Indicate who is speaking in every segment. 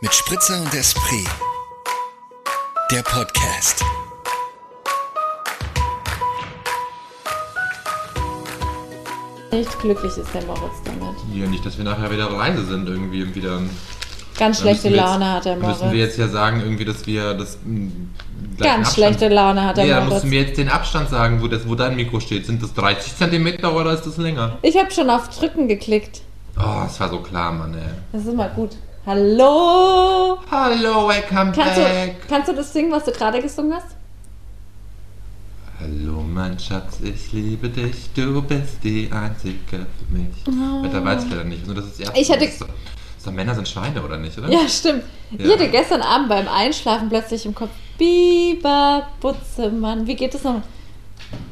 Speaker 1: Mit Spritzer und Esprit. Der Podcast.
Speaker 2: Nicht glücklich ist der Moritz damit.
Speaker 3: Ja, nicht, dass wir nachher wieder leise sind irgendwie und wieder.
Speaker 2: Ganz
Speaker 3: Da
Speaker 2: schlechte
Speaker 3: müssen wir
Speaker 2: Laune hat der
Speaker 3: Jetzt, müssen wir
Speaker 2: Moritz.
Speaker 3: jetzt ja sagen irgendwie, dass wir das. m, gleich
Speaker 2: Ganz
Speaker 3: den Abstand-
Speaker 2: schlechte Laune hat der
Speaker 3: Ja, dann
Speaker 2: Moritz.
Speaker 3: mussten wir jetzt den Abstand sagen, wo, das, wo dein Mikro steht. Sind das 30 Zentimeter oder ist das länger?
Speaker 2: Ich habe schon auf Drücken geklickt.
Speaker 3: Oh, das war so klar, Mann, ey.
Speaker 2: Das ist immer gut. Hallo!
Speaker 3: Hallo, welcome
Speaker 2: Kannst du,
Speaker 3: back.
Speaker 2: kannst du das singen, was du gerade gesungen hast?
Speaker 3: Hallo, mein Schatz, ich liebe dich. Du bist die Einzige für mich. Weiter weiß ich leider nicht. Nur, das ist das erste
Speaker 2: Oh. Ich hätte-
Speaker 3: Mal. Das ist doch- das ist doch Männer sind Schweine, oder nicht, oder?
Speaker 2: Ja, stimmt. Ich
Speaker 3: Hm? Ja.
Speaker 2: hatte gestern Abend beim Einschlafen plötzlich im Kopf Biber Butzemann. Wie geht das nochmal?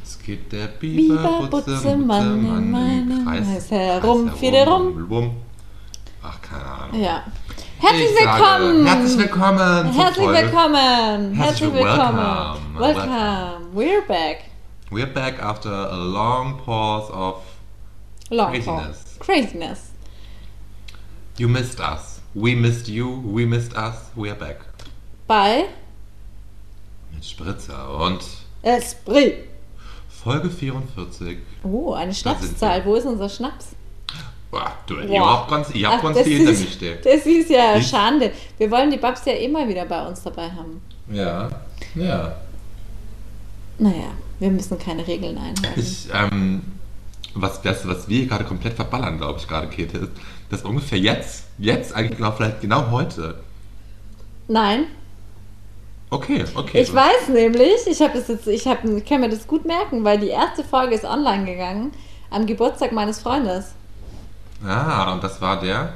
Speaker 3: Es geht der
Speaker 2: Biber,
Speaker 3: Biber,
Speaker 2: Butzemann
Speaker 3: Butzemann,
Speaker 2: in
Speaker 3: Butzemann
Speaker 2: meinem
Speaker 3: im Kreis,
Speaker 2: Kreis herum, fiel rum.
Speaker 3: rum. Ach, keine Ahnung.
Speaker 2: Ja. Herzlich
Speaker 3: Ich sage,
Speaker 2: willkommen!
Speaker 3: Herzlich willkommen! zur
Speaker 2: Herzlich
Speaker 3: Folge.
Speaker 2: willkommen! Herzlich
Speaker 3: Herzlich
Speaker 2: willkommen!
Speaker 3: welcome.
Speaker 2: Welcome! We're back!
Speaker 3: We're back after a long pause of
Speaker 2: Long
Speaker 3: Craziness.
Speaker 2: Haul. Craziness.
Speaker 3: You missed us. We missed you. We missed us. We're back.
Speaker 2: Bei
Speaker 3: Mit Spritzer und
Speaker 2: Esprit.
Speaker 3: Folge 44.
Speaker 2: Oh, eine Schnapszahl. Wo ist unser Schnaps?
Speaker 3: Boah, du, ihr
Speaker 2: Boah.
Speaker 3: habt ganz, ihr
Speaker 2: Ach,
Speaker 3: habt ganz
Speaker 2: das
Speaker 3: viel hinter
Speaker 2: ist-
Speaker 3: mich stehen.
Speaker 2: Das ist ja
Speaker 3: Ich-
Speaker 2: Schande. Wir wollen die Babs ja immer wieder bei uns dabei haben.
Speaker 3: Ja, ja.
Speaker 2: Naja, wir müssen keine Regeln einhalten.
Speaker 3: Ich, ähm, was, das, was wir hier gerade komplett verballern, glaube ich, gerade, Käthe, ist, dass ungefähr jetzt, jetzt, eigentlich genau, vielleicht genau heute.
Speaker 2: Nein,
Speaker 3: Okay, okay.
Speaker 2: ich weiß nämlich, ich habe das jetzt, ich, hab, ich kann mir das gut merken, weil die erste Folge ist online gegangen am Geburtstag meines Freundes.
Speaker 3: Ah, und das war der?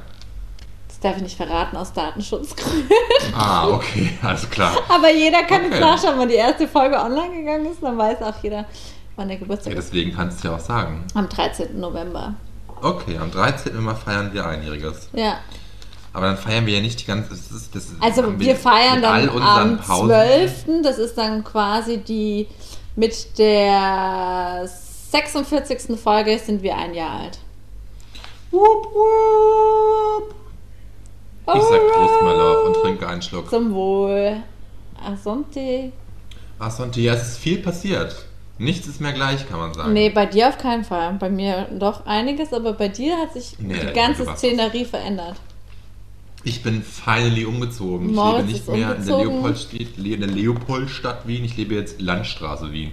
Speaker 2: Das darf ich nicht verraten aus Datenschutzgründen.
Speaker 3: Ah, okay, alles klar.
Speaker 2: Aber jeder kann jetzt
Speaker 3: Okay.
Speaker 2: nachschauen, wann die erste Folge online gegangen ist, dann weiß auch jeder, wann der Geburtstag
Speaker 3: Ja,
Speaker 2: ist.
Speaker 3: deswegen kannst du ja auch sagen.
Speaker 2: Am 13. November.
Speaker 3: Okay, am 13. immer feiern wir Einjähriges.
Speaker 2: Ja.
Speaker 3: Aber dann feiern wir ja nicht die ganze... Das ist, das ist-
Speaker 2: Also
Speaker 3: haben
Speaker 2: wir feiern
Speaker 3: mit all
Speaker 2: dann am
Speaker 3: unseren Pausen-
Speaker 2: 12. Das ist dann quasi die mit der 46. Folge sind wir ein Jahr alt.
Speaker 3: Wupp, wupp. Ich sag Prost, my love, und trinke einen Schluck. So.
Speaker 2: Zum Wohl. Asante.
Speaker 3: Asante, ja, es ist viel passiert. Nichts ist mehr gleich, kann man sagen.
Speaker 2: Nee, bei dir auf keinen Fall. Bei mir doch einiges, aber bei dir hat sich
Speaker 3: Nee,
Speaker 2: die
Speaker 3: du
Speaker 2: ganze
Speaker 3: warst-
Speaker 2: Szenerie verändert.
Speaker 3: Ich bin finally umgezogen. Ich
Speaker 2: Moritz ist
Speaker 3: lebe nicht mehr in der,
Speaker 2: umgezogen.
Speaker 3: Leopoldstadt, le- in der Leopoldstadt Wien, ich lebe jetzt Landstraße Wien.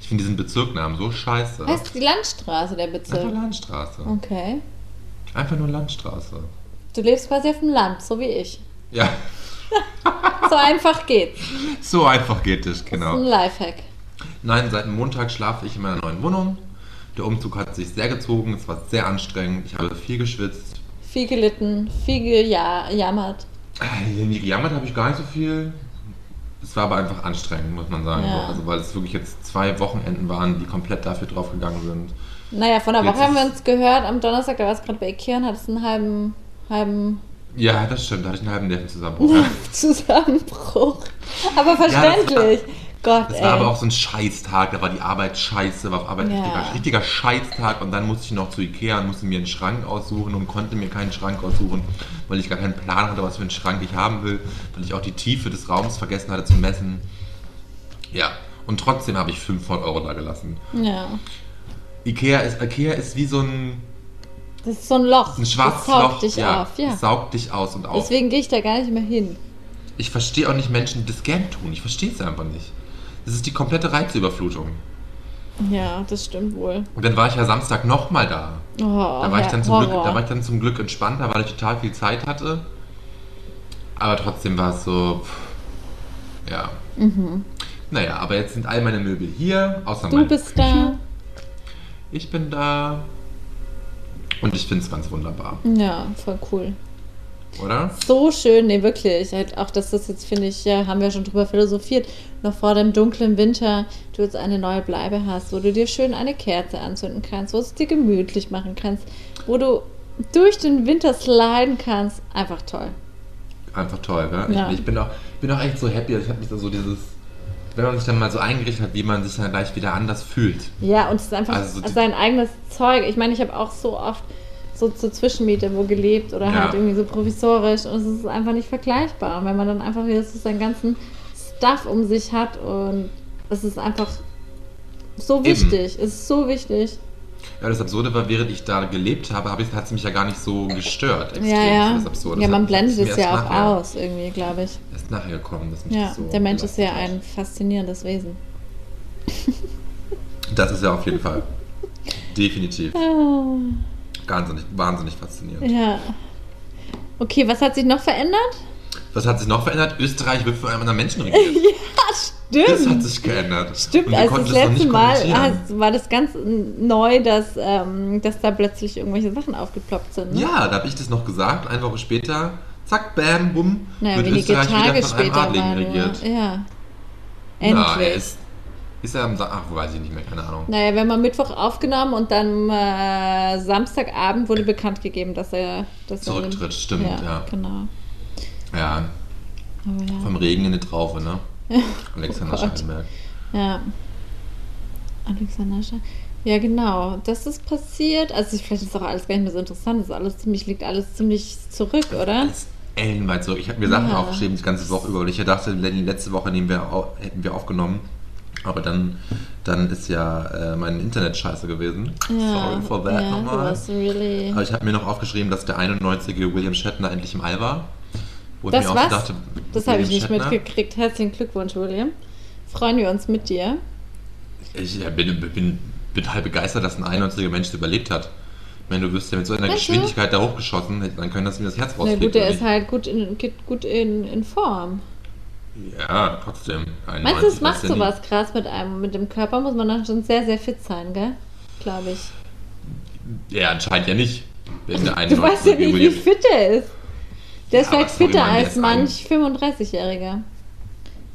Speaker 3: Ich finde diesen Bezirknamen so scheiße.
Speaker 2: Heißt die Landstraße, der
Speaker 3: Einfach
Speaker 2: Bezirk.
Speaker 3: Landstraße.
Speaker 2: Okay.
Speaker 3: Einfach nur Landstraße.
Speaker 2: Du lebst quasi auf dem Land, so wie ich.
Speaker 3: Ja,
Speaker 2: So einfach geht's.
Speaker 3: so einfach geht es,
Speaker 2: Das ist
Speaker 3: genau.
Speaker 2: ein Lifehack.
Speaker 3: Nein, seit Montag schlafe ich in meiner neuen Wohnung. Der Umzug hat sich sehr gezogen, es war sehr anstrengend, ich habe viel geschwitzt.
Speaker 2: Viel gelitten, viel gejammert.
Speaker 3: Gejammert habe ich gar nicht so viel. Es war aber einfach anstrengend, muss man sagen.
Speaker 2: Ja.
Speaker 3: Also, weil es wirklich jetzt zwei Wochenenden waren, die komplett dafür draufgegangen sind.
Speaker 2: Naja, vor einer
Speaker 3: Jetzt
Speaker 2: Woche haben wir
Speaker 3: ist-
Speaker 2: uns gehört. Am Donnerstag, da warst du gerade bei Ikea und hattest einen halben, halben
Speaker 3: Ja, das stimmt, da hatte ich einen halben Nervenzusammenbruch.
Speaker 2: Zusammenbruch. Aber verständlich. Gott,
Speaker 3: Das
Speaker 2: ey.
Speaker 3: war aber auch so ein Scheißtag, da war die Arbeit scheiße, war auf Arbeit
Speaker 2: Ja.
Speaker 3: richtiger, richtiger Scheißtag und dann musste ich noch zu Ikea und musste mir einen Schrank aussuchen und konnte mir keinen Schrank aussuchen, weil ich gar keinen Plan hatte, was für einen Schrank ich haben will, weil ich auch die Tiefe des Raums vergessen hatte zu messen. Ja, und trotzdem habe ich 500 Euro da gelassen.
Speaker 2: ja.
Speaker 3: Ikea ist, Ikea ist wie so ein,
Speaker 2: Das ist so ein Loch.
Speaker 3: ein
Speaker 2: das
Speaker 3: schwarzes
Speaker 2: saugt
Speaker 3: Loch.
Speaker 2: dich
Speaker 3: ja,
Speaker 2: auf. Ja.
Speaker 3: Es saugt dich aus und auf.
Speaker 2: Deswegen gehe ich da gar nicht mehr hin.
Speaker 3: Ich verstehe auch nicht Menschen, die das gern tun. Ich verstehe es einfach nicht. Das ist die komplette Reizüberflutung.
Speaker 2: Ja, das stimmt wohl.
Speaker 3: Und dann war ich ja Samstag nochmal da.
Speaker 2: Oh, da
Speaker 3: Da war, ich dann zum Glück, da war ich dann zum Glück entspannter, weil ich total viel Zeit hatte. Aber trotzdem war es so. Pff, ja. Naja, aber jetzt sind all meine Möbel hier, außer
Speaker 2: Mhm. du
Speaker 3: meine
Speaker 2: bist
Speaker 3: Küche.
Speaker 2: da.
Speaker 3: Ich bin da. Und ich finde es ganz wunderbar,
Speaker 2: Ja, voll cool.
Speaker 3: oder?
Speaker 2: So schön, nee, wirklich. Halt auch, dass das jetzt, finde ich, ja, haben wir schon drüber philosophiert. Noch vor dem dunklen Winter, du jetzt eine neue Bleibe hast, wo du dir schön eine Kerze anzünden kannst, wo es dir gemütlich machen kannst, wo du durch den Winter sliden kannst. Einfach toll.
Speaker 3: Einfach toll, ne? Ich,
Speaker 2: Ja.
Speaker 3: ich bin auch, ich bin auch echt so happy. Also Ich habe mich da so dieses. Wenn man sich dann mal so eingerichtet hat, wie man sich dann gleich wieder anders fühlt.
Speaker 2: Ja, und es ist einfach
Speaker 3: Also die-
Speaker 2: sein eigenes Zeug. Ich meine, ich habe auch so oft so zur Zwischenmiete wo gelebt oder
Speaker 3: Ja.
Speaker 2: halt irgendwie so provisorisch und es ist einfach nicht vergleichbar. Und wenn man dann einfach wieder so seinen ganzen Stuff um sich hat und es ist einfach so
Speaker 3: Eben.
Speaker 2: wichtig, es ist so wichtig.
Speaker 3: Ja, das Absurde war, während ich da gelebt habe, habe ich, hat es mich ja gar nicht so gestört.
Speaker 2: ja,
Speaker 3: Das
Speaker 2: ja.
Speaker 3: ist Das Absurde.
Speaker 2: ja,
Speaker 3: Das
Speaker 2: man
Speaker 3: hat-
Speaker 2: blendet
Speaker 3: ist mir
Speaker 2: es
Speaker 3: erst
Speaker 2: ja auch
Speaker 3: nachher,
Speaker 2: aus irgendwie, glaube ich.
Speaker 3: Erst nachher gekommen, dass mich
Speaker 2: Ja,
Speaker 3: das so
Speaker 2: der Mensch ist ja
Speaker 3: belastet
Speaker 2: ein faszinierendes Wesen.
Speaker 3: hat. Das ist ja auf jeden Fall. Definitiv.
Speaker 2: Ah,
Speaker 3: Wahnsinnig, wahnsinnig faszinierend.
Speaker 2: ja. Okay, was hat sich noch verändert?
Speaker 3: Was hat sich noch verändert? Österreich wird von einem anderen Menschen regiert. Das hat
Speaker 2: Stimmt.
Speaker 3: sich geändert. Und
Speaker 2: Stimmt,
Speaker 3: wir
Speaker 2: als
Speaker 3: konnten
Speaker 2: das
Speaker 3: noch
Speaker 2: letzte
Speaker 3: nicht
Speaker 2: Mal
Speaker 3: kommentieren.
Speaker 2: als- war das ganz neu, dass, ähm, dass da plötzlich irgendwelche Sachen aufgeploppt sind. Ne?
Speaker 3: Ja, da habe ich das noch gesagt. Eine Woche später, zack, bam, bum,
Speaker 2: naja,
Speaker 3: wird
Speaker 2: wenige
Speaker 3: Österreich
Speaker 2: Tage
Speaker 3: wieder von einem
Speaker 2: später
Speaker 3: Adligen
Speaker 2: war
Speaker 3: regiert.
Speaker 2: nur- Ja.
Speaker 3: Na, er
Speaker 2: Endlich.
Speaker 3: ist, ist er am Sa- Ach, weiß ich nicht mehr, keine Ahnung.
Speaker 2: naja, wir haben am Mittwoch aufgenommen und dann äh, Samstagabend wurde bekannt gegeben, dass er dass er-
Speaker 3: Zurücktritt, stimmt, ja.
Speaker 2: Genau.
Speaker 3: Ja,
Speaker 2: Aber ja.
Speaker 3: vom Regen in die Traufe, ne? Alexander
Speaker 2: Oh Gott.
Speaker 3: Schallenberg.
Speaker 2: Ja. Alexander Scha Ja, genau. Das ist passiert. Also ich- vielleicht ist auch alles gar nicht mehr so interessant. Das ist alles ziemlich, liegt alles ziemlich zurück, oder?
Speaker 3: Das ist ellenweit zurück. Ich habe mir Sachen
Speaker 2: Ja.
Speaker 3: aufgeschrieben die ganze Woche über, weil ich ja dachte, die letzte Woche nehmen wir au- hätten wir aufgenommen. Aber dann, dann ist ja äh, mein Internet scheiße gewesen.
Speaker 2: Ja,
Speaker 3: Sorry for that
Speaker 2: ja,
Speaker 3: nochmal.
Speaker 2: sowas really.
Speaker 3: Aber ich habe mir noch aufgeschrieben, dass der 91-jährige William Shatner endlich im All war. Wo
Speaker 2: Das was?
Speaker 3: dachte,
Speaker 2: Das habe ich nicht
Speaker 3: Shatner,
Speaker 2: mitgekriegt. Herzlichen Glückwunsch, William. Freuen wir uns mit dir.
Speaker 3: Ich ja, bin, bin, bin halt begeistert, dass ein 91-jähiger Mensch das überlebt hat. Wenn du wirst ja mit so einer
Speaker 2: Meinst du?
Speaker 3: Geschwindigkeit da hochgeschossen, dann könnte das mir das Herz
Speaker 2: Na
Speaker 3: rausfliegen.
Speaker 2: gut, er
Speaker 3: oder
Speaker 2: ist halt gut in, geht gut in, in Form.
Speaker 3: nicht? Ja, trotzdem.
Speaker 2: Meinst du, es
Speaker 3: 91,
Speaker 2: macht
Speaker 3: weiß ja
Speaker 2: sowas krass mit einem, mit dem Körper? Muss man dann schon sehr, sehr fit sein, gell? Glaube ich.
Speaker 3: nie. Ja, anscheinend ja nicht. Wenn der
Speaker 2: Du weißt ja nicht,
Speaker 3: 91-jährige
Speaker 2: wie
Speaker 3: William-
Speaker 2: fit er ist. Der ist
Speaker 3: Ja, aber
Speaker 2: vielleicht
Speaker 3: sorry,
Speaker 2: fitter
Speaker 3: Mann, der
Speaker 2: als
Speaker 3: ist ein-
Speaker 2: manch 35-Jähriger.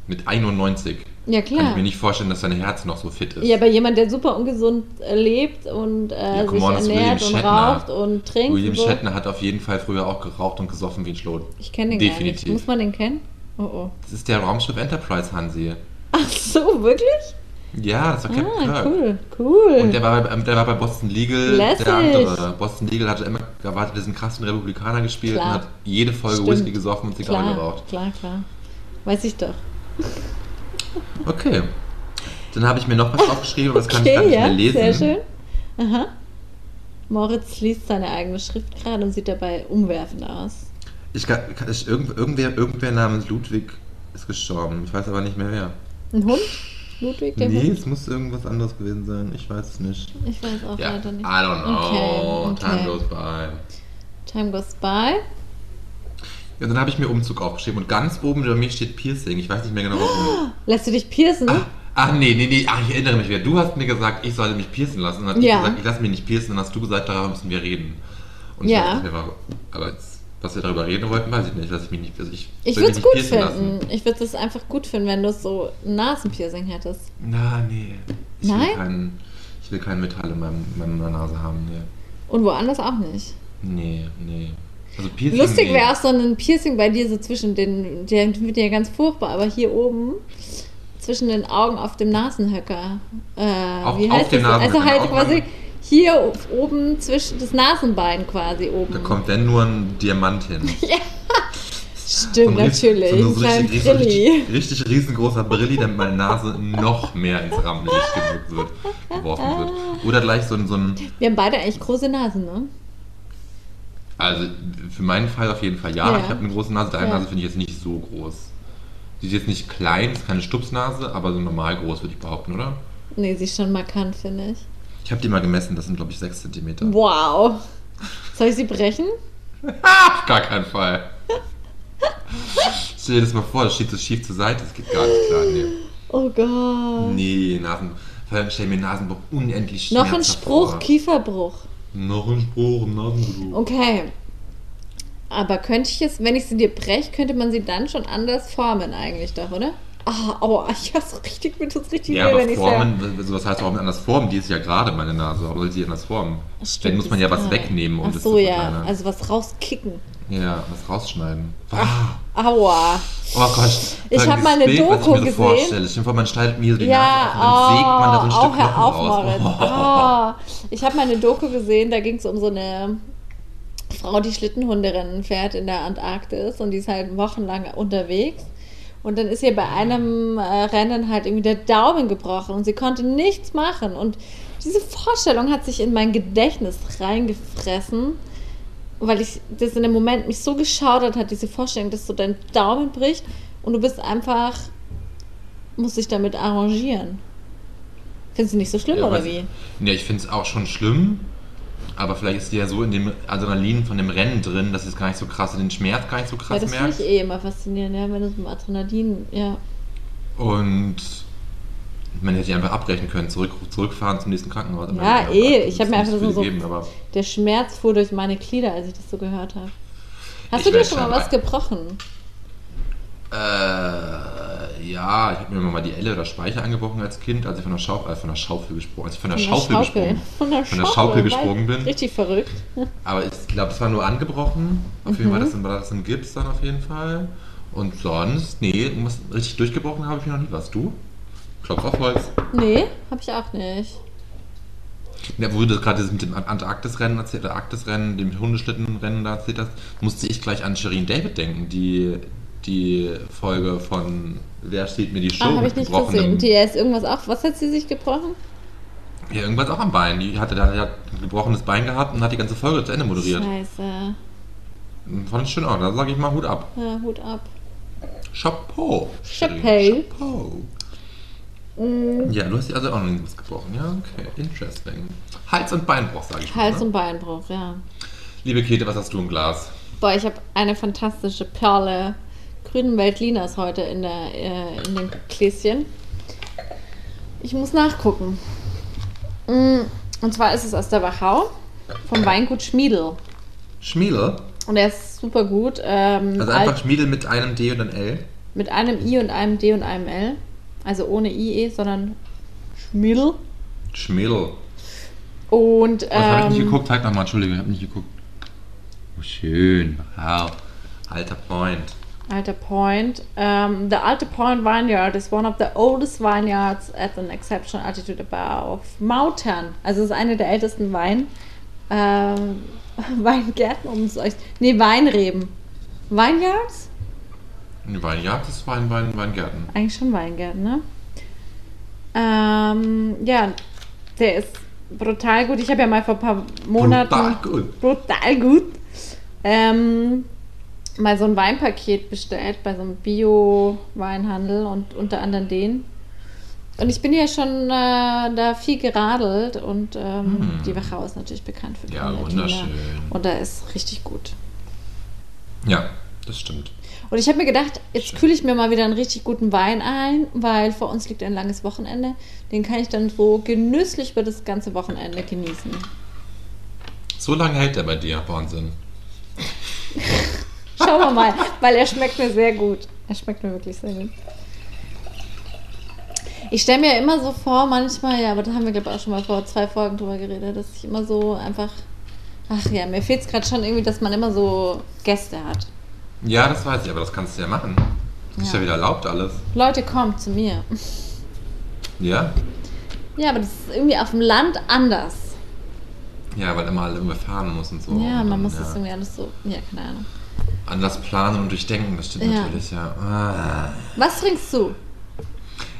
Speaker 3: mit 91
Speaker 2: Ja,
Speaker 3: kann ich
Speaker 2: klar.
Speaker 3: mir nicht vorstellen, dass sein Herz noch so fit ist.
Speaker 2: Ja, aber jemand, der super ungesund äh, lebt und äh,
Speaker 3: Ja, come
Speaker 2: sich
Speaker 3: on, das ist ne?
Speaker 2: ernährt und
Speaker 3: William Shatner.
Speaker 2: raucht und trinkt.
Speaker 3: William
Speaker 2: und so.
Speaker 3: Shatner hat auf jeden Fall früher auch geraucht und gesoffen wie ein Schlot.
Speaker 2: Ich kenne den
Speaker 3: Definitiv.
Speaker 2: gar nicht. Muss man den kennen? Oh oh.
Speaker 3: Das ist der Raumschiff Enterprise, Hansi.
Speaker 2: Ach so, wirklich?
Speaker 3: Ja, das war Captain
Speaker 2: Ah,
Speaker 3: Kirk.
Speaker 2: cool, cool.
Speaker 3: Und der war, bei, ähm, der war bei Boston Legal
Speaker 2: Lässig.
Speaker 3: der andere. Boston Legal hatte immer gewartet, diesen krassen Republikaner gespielt
Speaker 2: Klar.
Speaker 3: und hat jede Folge
Speaker 2: Stimmt.
Speaker 3: Whisky gesoffen und Zigarre
Speaker 2: klar,
Speaker 3: geraucht.
Speaker 2: klar, klar. Weiß ich doch.
Speaker 3: Okay. Dann habe ich mir noch was aufgeschrieben, aber das kann ich gar
Speaker 2: Okay,
Speaker 3: nicht
Speaker 2: ja,
Speaker 3: mehr
Speaker 2: sehr
Speaker 3: lesen.
Speaker 2: schön. Aha. Moritz liest seine eigene Schrift gerade und sieht dabei umwerfend aus.
Speaker 3: Ich, kann- kann- ich, irgend- irgendwer, irgendwer namens Ludwig ist gestorben. Ich weiß aber nicht mehr wer.
Speaker 2: Ein Hund? Ludwig, der
Speaker 3: nee,
Speaker 2: Hund?
Speaker 3: es muss irgendwas anderes gewesen sein. Ich weiß es nicht.
Speaker 2: Ich weiß auch
Speaker 3: Ja, I
Speaker 2: leider nicht.
Speaker 3: don't know.
Speaker 2: Okay, okay.
Speaker 3: Time goes by.
Speaker 2: Time goes by.
Speaker 3: Ja, dann habe ich mir Umzug aufgeschrieben und ganz oben über mir steht Piercing. Ich weiß nicht mehr genau warum.
Speaker 2: Lässt du dich piercen?
Speaker 3: Ach nee, nee, nee, ach, ich erinnere mich wieder. Du hast mir gesagt, ich sollte mich piercen lassen. Dann habe
Speaker 2: Ja.
Speaker 3: ich gesagt, ich lasse mich nicht piercen. Dann hast du gesagt, darüber müssen wir reden. Und
Speaker 2: Ja.
Speaker 3: ich weiß nicht mehr, warum. aber jetzt, was wir darüber reden wollten, weiß ich nicht. Dass ich mich nicht, also ich
Speaker 2: Ich
Speaker 3: soll
Speaker 2: würde
Speaker 3: mich
Speaker 2: es
Speaker 3: nicht
Speaker 2: gut
Speaker 3: piercen
Speaker 2: finden. Ich würde es einfach gut finden, wenn du so ein Nasenpiercing hättest.
Speaker 3: Na, nee. Ich
Speaker 2: Nein?
Speaker 3: Will keinen, ich will kein Metall in, meinem, in meiner Nase haben. Nee,
Speaker 2: Und woanders auch nicht.
Speaker 3: nee. nee. Also Piercing,
Speaker 2: Lustig
Speaker 3: nee.
Speaker 2: wäre auch so ein Piercing bei dir so zwischen den, der wird ja ganz furchtbar, aber hier oben zwischen den Augen auf dem Nasenhöcker. Äh,
Speaker 3: Auf-
Speaker 2: wie
Speaker 3: auf
Speaker 2: heißt
Speaker 3: dem
Speaker 2: das? Also
Speaker 3: Nasenhöcker,
Speaker 2: halt
Speaker 3: auf
Speaker 2: quasi
Speaker 3: meinem-
Speaker 2: hier oben zwischen das Nasenbein quasi oben.
Speaker 3: Da kommt dann nur ein Diamant hin.
Speaker 2: Stimmt,
Speaker 3: So ein riesen-
Speaker 2: natürlich.
Speaker 3: So ein
Speaker 2: ein kleiner
Speaker 3: richtig,
Speaker 2: Brilli.
Speaker 3: richtig, richtig riesengroßer Brilli, damit meine Nase noch mehr ins Rampenlicht gewirkt wird, geworfen wird.
Speaker 2: Ah.
Speaker 3: Oder gleich so ein, so ein,
Speaker 2: Wir haben beide eigentlich große Nasen, ne?
Speaker 3: also für meinen Fall auf jeden Fall ja.
Speaker 2: Ja.
Speaker 3: Ich habe eine große Nase, deine
Speaker 2: Ja.
Speaker 3: Nase finde ich jetzt nicht so groß. Die ist jetzt nicht klein, ist keine Stupsnase, aber so normal groß würde ich behaupten, oder?
Speaker 2: Nee, sie ist schon markant, finde ich.
Speaker 3: Ich habe die mal gemessen, das sind glaube ich 6 cm.
Speaker 2: Wow. Soll ich sie brechen?
Speaker 3: Auf gar keinen Fall. Stell dir das mal vor, das steht so schief zur Seite, das geht gar nicht klar. Nee.
Speaker 2: Oh Gott.
Speaker 3: Nee, Nasen. Vor allem stell mir Nasenbruch unendlich
Speaker 2: Noch ein
Speaker 3: Hm. schmerzhaft
Speaker 2: Spruch, Oh,
Speaker 3: vor.
Speaker 2: Kieferbruch.
Speaker 3: Noch ein Spruch, noch ein Spruch.
Speaker 2: Okay. Aber könnte ich es, wenn ich sie dir breche, könnte man sie dann schon anders formen eigentlich doch, oder? Ah, aua, ich hab's so richtig, mir tut's richtig
Speaker 3: Ja,
Speaker 2: weh,
Speaker 3: aber
Speaker 2: wenn ich
Speaker 3: Formen, also was heißt Formen anders formen? Die ist ja gerade, meine Nase. Warum soll sie anders formen? Dann muss man ja was wegnehmen.
Speaker 2: und
Speaker 3: Und
Speaker 2: Ach
Speaker 3: das
Speaker 2: so,
Speaker 3: zu
Speaker 2: ja.
Speaker 3: verkleinern.
Speaker 2: Also was rauskicken.
Speaker 3: ja, was rausschneiden. Ah,
Speaker 2: Aua.
Speaker 3: Oh Gott.
Speaker 2: Ich
Speaker 3: Vor allem
Speaker 2: hab mal eine
Speaker 3: dieses Bild, was ich
Speaker 2: Doku
Speaker 3: mir so
Speaker 2: gesehen.
Speaker 3: Vorstelle. Stell dir vor, man schneidet mir so die Nase auf und dann sägt man
Speaker 2: Ja,
Speaker 3: da so ein
Speaker 2: oh,
Speaker 3: Stück
Speaker 2: auch hör
Speaker 3: Knochen
Speaker 2: auf,
Speaker 3: raus.
Speaker 2: Moritz. Ah, ich habe mal eine Doku gesehen, da ging es um so eine Frau, die Schlittenhunderennen fährt in der Antarktis und die ist halt wochenlang unterwegs. Und dann ist ihr bei einem äh, Rennen halt irgendwie der Daumen gebrochen und sie konnte nichts machen. Und diese Vorstellung hat sich in mein Gedächtnis reingefressen, weil ich das in dem Moment mich so geschaudert hat, diese Vorstellung, dass so dein Daumen bricht und du bist einfach, musst dich damit arrangieren. Findest du nicht so schlimm
Speaker 3: Ja,
Speaker 2: oder
Speaker 3: weiß-
Speaker 2: wie?
Speaker 3: Ja, ich finde es auch schon schlimm, aber vielleicht ist die ja so in dem Adrenalin von dem Rennen drin, dass es gar nicht so krass, den Schmerz gar nicht so
Speaker 2: Ja,
Speaker 3: krass
Speaker 2: das finde
Speaker 3: merkt.
Speaker 2: ich eh immer faszinierend, ja, wenn du so im Adrenalin, ja. eh-
Speaker 3: Und man hätte die einfach abbrechen können, zurück, zurückfahren zum nächsten Krankenhaus. Aber
Speaker 2: Ja,
Speaker 3: man hat
Speaker 2: eh,
Speaker 3: halt
Speaker 2: ich hab mir
Speaker 3: nicht
Speaker 2: einfach nur
Speaker 3: viel
Speaker 2: so-
Speaker 3: Gegeben, aber
Speaker 2: Der Schmerz fuhr durch meine Glieder, als ich das so gehört habe. Hast
Speaker 3: Ich
Speaker 2: du dir
Speaker 3: werd
Speaker 2: schon mal
Speaker 3: schon
Speaker 2: was
Speaker 3: rein.
Speaker 2: gebrochen?
Speaker 3: äh, ja, ich habe mir immer mal die Elle oder Speicher angebrochen als Kind, als ich von der, Schau äh, von der Schaufel gesprungen als ich von der, Schaufel, gesprungen
Speaker 2: Von der Schaufel,
Speaker 3: Von der Schaufel
Speaker 2: weil-
Speaker 3: gesprungen bin.
Speaker 2: Richtig verrückt.
Speaker 3: Aber ich glaube, es war nur angebrochen. Auf jeden
Speaker 2: Mhm.
Speaker 3: Fall das, war das ein Gips dann auf jeden Fall. Und sonst, nee, irgendwas richtig durchgebrochen habe ich mir noch nie. Was du? Klopf auf Holz.
Speaker 2: Nee, habe ich auch nicht.
Speaker 3: Ja, wo du das gerade mit dem Antarktis-Rennen erzählt, äh, Arktis-Rennen, dem Hundeschlittenrennen da erzählt hast, musste ich gleich an Shirin David denken, die die Folge von Wer steht mir die Show
Speaker 2: Ah, habe ich nicht gesehen. Die
Speaker 3: Die
Speaker 2: er ist irgendwas auch. Was hat sie sich gebrochen?
Speaker 3: ja, irgendwas auch am Bein. Die hatte, die hat ein gebrochenes Bein gehabt und hat die ganze Folge zu Ende moderiert.
Speaker 2: Scheiße.
Speaker 3: Fand ich schön auch. Da sage ich mal Hut ab.
Speaker 2: Ja, Hut ab.
Speaker 3: Chapeau. Shirin.
Speaker 2: Chapeau. Mm.
Speaker 3: Chapeau. Ja, du hast dir also auch noch nie was gebrochen. Ja, okay. Interesting. Hals- und Beinbruch, sage ich
Speaker 2: Hals-
Speaker 3: mal. Ne?
Speaker 2: und Beinbruch, ja.
Speaker 3: Liebe Käthe, was hast du im Glas?
Speaker 2: Boah, ich habe eine fantastische Perle Grünenwald Linas heute in, der, äh, in dem Gläschen. Ich muss nachgucken. Mm, Und zwar ist es aus der Wachau vom Weingut Schmiedel.
Speaker 3: Schmiedel.
Speaker 2: Und er ist super gut. Ähm,
Speaker 3: Also
Speaker 2: alt-
Speaker 3: einfach Schmiedel mit einem D und einem L.
Speaker 2: mit einem I und einem D und einem L. Also ohne IE, sondern Schmiedel.
Speaker 3: Schmiedel.
Speaker 2: Und ähm,
Speaker 3: Was habe Oh, ich nicht geguckt? Halt Zeig nochmal, Entschuldigung, ich habe nicht geguckt. Oh, schön. Wow. Alter Freund.
Speaker 2: Alter Point. Um, the Alta Point Vineyard is one of the oldest vineyards at an exceptional altitude above mountain. Also es ist eine der ältesten Wein, ähm, Weingärten, um es euch... Nee, Weinreben. Vineyards?
Speaker 3: Eine Weinjagd ist Wein, Wein, Weingärten.
Speaker 2: Eigentlich schon Weingärten, ne? Ähm, ja, der ist brutal gut. Ich habe ja mal vor ein paar Monaten...
Speaker 3: Brutal gut.
Speaker 2: brutal gut. Ähm, mal so ein Weinpaket bestellt bei so einem Bio-Weinhandel und unter anderem den. Und ich bin ja schon äh, da viel geradelt und ähm,
Speaker 3: Hm.
Speaker 2: die Wachau ist natürlich bekannt für
Speaker 3: Ja,
Speaker 2: Grünwald
Speaker 3: wunderschön.
Speaker 2: Lina. Und da ist richtig gut.
Speaker 3: Ja, das stimmt.
Speaker 2: Und ich habe mir gedacht, jetzt
Speaker 3: Schön.
Speaker 2: kühle ich mir mal wieder einen richtig guten Wein ein, weil vor uns liegt ein langes Wochenende. Den kann ich dann so genüsslich über das ganze Wochenende genießen.
Speaker 3: So lange hält der bei dir. Wahnsinn.
Speaker 2: Schauen wir mal, weil er schmeckt mir sehr gut. Er schmeckt mir wirklich sehr gut. Ich stelle mir ja immer so vor, manchmal, ja, aber da haben wir, glaube ich, auch schon mal vor zwei Folgen drüber geredet, dass ich immer so einfach. Ach ja, mir fehlt es gerade schon irgendwie, dass man immer so Gäste hat.
Speaker 3: Ja, das weiß ich, aber das kannst du ja machen. Das ist
Speaker 2: Ja.
Speaker 3: ja wieder erlaubt alles.
Speaker 2: Leute, kommt zu mir.
Speaker 3: Ja?
Speaker 2: Ja, aber das ist irgendwie auf dem Land anders.
Speaker 3: Ja, weil immer alle irgendwie fahren muss und so.
Speaker 2: ja, man
Speaker 3: Und dann,
Speaker 2: muss
Speaker 3: ja.
Speaker 2: das irgendwie alles so. Ja, keine Ahnung.
Speaker 3: Anders planen und durchdenken, das stimmt
Speaker 2: Ja.
Speaker 3: natürlich, ja. Ah.
Speaker 2: Was trinkst du?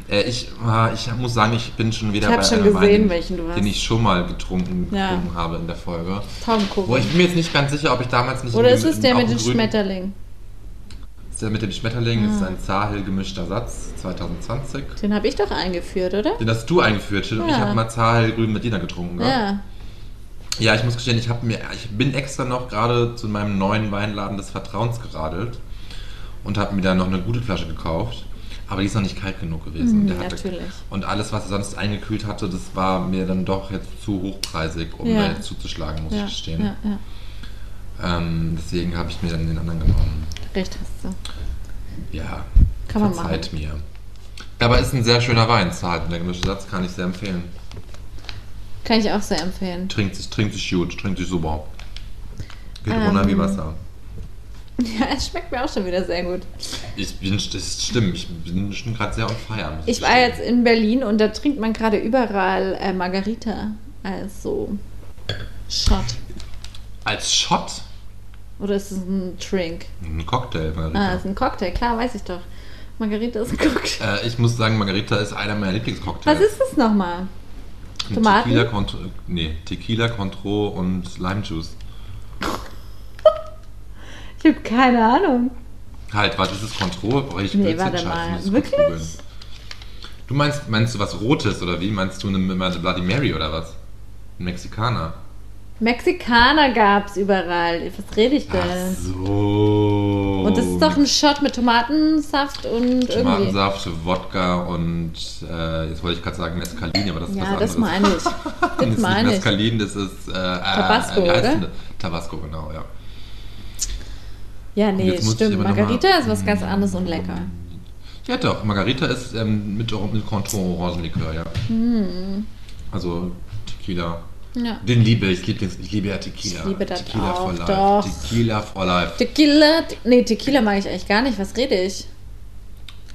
Speaker 3: Äh, ich, ah, ich muss sagen, ich bin schon wieder
Speaker 2: Ich hab
Speaker 3: bei
Speaker 2: schon
Speaker 3: einem
Speaker 2: gesehen,
Speaker 3: Wein,
Speaker 2: welchen du hast.
Speaker 3: den ich schon mal getrunken,
Speaker 2: Ja.
Speaker 3: getrunken habe in der Folge. Boah,
Speaker 2: Traubenkuchen.
Speaker 3: ich bin mir jetzt nicht ganz sicher, ob ich damals nicht...
Speaker 2: Oder
Speaker 3: in
Speaker 2: ist
Speaker 3: dem-
Speaker 2: es der
Speaker 3: auch
Speaker 2: mit
Speaker 3: im
Speaker 2: den
Speaker 3: grünen-
Speaker 2: Schmetterlingen?
Speaker 3: Ist Der mit dem Schmetterling das ist
Speaker 2: Ah.
Speaker 3: ein Zahel gemischter Satz, 2020.
Speaker 2: Den habe ich doch eingeführt, oder?
Speaker 3: Den hast du eingeführt, Schill, und
Speaker 2: Ja.
Speaker 3: ich habe mal Zahel grün mit Dina getrunken. gell?
Speaker 2: ja.
Speaker 3: Ja, ich muss gestehen, ich, hab mir, ich bin extra noch gerade zu meinem neuen Weinladen des Vertrauens geradelt und habe mir da noch eine gute Flasche gekauft. Aber die ist noch nicht kalt genug gewesen.
Speaker 2: Mhm,
Speaker 3: Der hatte,
Speaker 2: natürlich.
Speaker 3: Und alles, was er sonst eingekühlt hatte, das war mir dann doch jetzt zu hochpreisig, um
Speaker 2: Ja.
Speaker 3: da jetzt zuzuschlagen, muss ich
Speaker 2: Ja,
Speaker 3: gestehen.
Speaker 2: ja, ja.
Speaker 3: Ähm, deswegen habe ich mir dann den anderen genommen.
Speaker 2: Recht hast du.
Speaker 3: Ja,
Speaker 2: Kann man
Speaker 3: verzeiht mir. Aber ist ein sehr schöner Wein, zart. Der gemischte Satz kann ich sehr empfehlen.
Speaker 2: Kann ich auch sehr empfehlen.
Speaker 3: Trinkt sich, trinkt sich gut, trinkt sich super. Geht
Speaker 2: Ähm.
Speaker 3: runter wie Wasser.
Speaker 2: Ja, es schmeckt mir auch schon wieder sehr gut.
Speaker 3: Ich bin, das stimmt, ich bin schon gerade sehr on fire. muss
Speaker 2: Ich war
Speaker 3: gestehen.
Speaker 2: jetzt in Berlin und da trinkt man gerade überall äh, Margarita als so Shot.
Speaker 3: Als Shot?
Speaker 2: Oder ist es ein Drink?
Speaker 3: Ein Cocktail,
Speaker 2: Ah,
Speaker 3: Margarita.
Speaker 2: ist ein Cocktail, klar, weiß ich doch. Margarita ist ein Cocktail.
Speaker 3: äh, ich muss sagen, Margarita ist einer meiner Lieblingscocktails.
Speaker 2: Was ist das nochmal?
Speaker 3: Ein
Speaker 2: Tomaten?
Speaker 3: Tequila, Contro, nee, Tequila, Contro und Lime Juice.
Speaker 2: Ich habe keine Ahnung.
Speaker 3: Halt, warte, ist es Contro? Brauche ich
Speaker 2: Nee,
Speaker 3: Blödsinn?
Speaker 2: warte
Speaker 3: Scheiße,
Speaker 2: mal.
Speaker 3: muss ich kurz
Speaker 2: Wirklich?
Speaker 3: googeln. Du meinst, meinst du was Rotes oder wie? Meinst du eine, eine Bloody Mary oder was? Ein Mexikaner.
Speaker 2: Mexikaner gab's überall. Was rede ich denn?
Speaker 3: Ach so.
Speaker 2: Und das ist doch ein Shot mit Tomatensaft und irgendwie.
Speaker 3: Tomatensaft, Wodka und äh, jetzt wollte ich gerade sagen Mescalin, aber das ist was
Speaker 2: Ja,
Speaker 3: anderes.
Speaker 2: das meine ich.
Speaker 3: Das
Speaker 2: Das
Speaker 3: ist nicht
Speaker 2: meine ich.
Speaker 3: Mescalin, das ist äh,
Speaker 2: Tabasco,
Speaker 3: äh, wie heißt
Speaker 2: oder?
Speaker 3: denn das? Tabasco, genau, ja.
Speaker 2: Ja,
Speaker 3: Und
Speaker 2: nee,
Speaker 3: jetzt muss ich
Speaker 2: stimmt.
Speaker 3: aber noch mal- Mm.
Speaker 2: Margarita ist was ganz anderes und lecker.
Speaker 3: Ja doch, Margarita ist ähm, mit, Or- mit Contro Orangenlikör, ja.
Speaker 2: Hm.
Speaker 3: Also Tequila.
Speaker 2: Ja.
Speaker 3: Den liebe ich, Lieblings, ich liebe ja Tequila.
Speaker 2: Ich liebe das
Speaker 3: Tequila
Speaker 2: auch,
Speaker 3: for life.
Speaker 2: doch.
Speaker 3: Tequila for life.
Speaker 2: Tequila, te nee, Tequila mag ich eigentlich gar nicht. Was rede ich?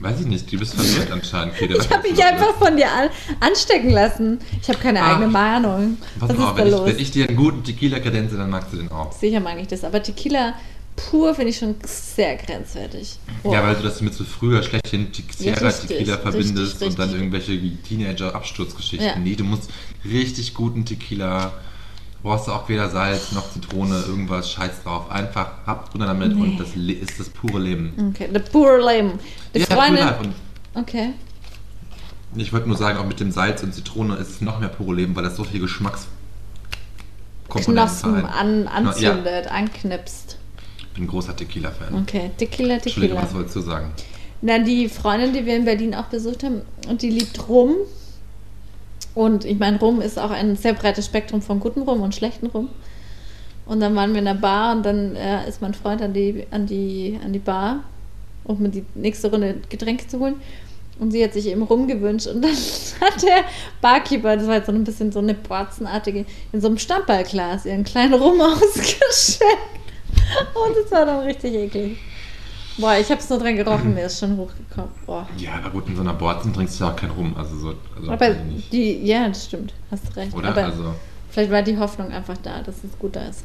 Speaker 3: Weiß ich nicht, du bist verwirrt anscheinend, Kida.
Speaker 2: Ich habe mich einfach von dir an anstecken lassen. Ich habe keine
Speaker 3: Ah.
Speaker 2: eigene Meinung. Was
Speaker 3: Pass
Speaker 2: ist
Speaker 3: mal,
Speaker 2: da
Speaker 3: wenn, ich,
Speaker 2: los?
Speaker 3: wenn ich dir einen guten Tequila kredenze, dann magst du den auch.
Speaker 2: Sicher mag ich das, aber Tequila pur finde ich schon sehr grenzwertig. Boah.
Speaker 3: Ja, weil du das mit so früher schlechthin Te- Sierra
Speaker 2: richtig,
Speaker 3: Tequila verbindest
Speaker 2: richtig,
Speaker 3: und dann
Speaker 2: richtig.
Speaker 3: irgendwelche Teenager-Absturzgeschichten.
Speaker 2: Ja.
Speaker 3: Nee, du musst richtig guten Tequila. Brauchst du auch weder Salz noch Zitrone, irgendwas, scheiß drauf. Einfach ab runter damit
Speaker 2: Nee.
Speaker 3: und das le- ist das pure Leben.
Speaker 2: Okay, the poor lame. Die
Speaker 3: Ja,
Speaker 2: Freundin.
Speaker 3: pure Life. Und
Speaker 2: Okay.
Speaker 3: Ich wollte nur sagen, auch mit dem Salz und Zitrone ist es noch mehr pure Leben, weil das so viel Geschmacks.
Speaker 2: Knospen an,
Speaker 3: Ja,
Speaker 2: anzündet, anknipst.
Speaker 3: ich bin ein großer Tequila-Fan.
Speaker 2: Okay, Tequila,
Speaker 3: Entschuldigung,
Speaker 2: Tequila.
Speaker 3: was wolltest du sagen?
Speaker 2: Na, die Freundin, die wir in Berlin auch besucht haben, und die liebt Rum. Und ich meine, Rum ist auch ein sehr breites Spektrum von gutem Rum und schlechtem Rum. Und dann waren wir in der Bar und dann äh, ist mein Freund an die, an die, an die Bar, um mir die nächste Runde Getränke zu holen. Und sie hat sich eben Rum gewünscht. Und dann hat der Barkeeper, das war jetzt so ein bisschen so eine Borzenartige, in so einem Stammballglas ihren kleinen Rum ausgeschenkt. Und es war dann richtig eklig. Boah, ich hab's nur dran gerochen, mir ist schon hochgekommen. Boah.
Speaker 3: Ja, aber gut, in so einer Borzen trinkst du ja auch keinen Rum. Also, so, also
Speaker 2: Aber
Speaker 3: weiß ich nicht.
Speaker 2: die, ja, das stimmt, hast recht.
Speaker 3: Oder?
Speaker 2: Aber
Speaker 3: also,
Speaker 2: vielleicht war die Hoffnung einfach da, dass es gut da ist.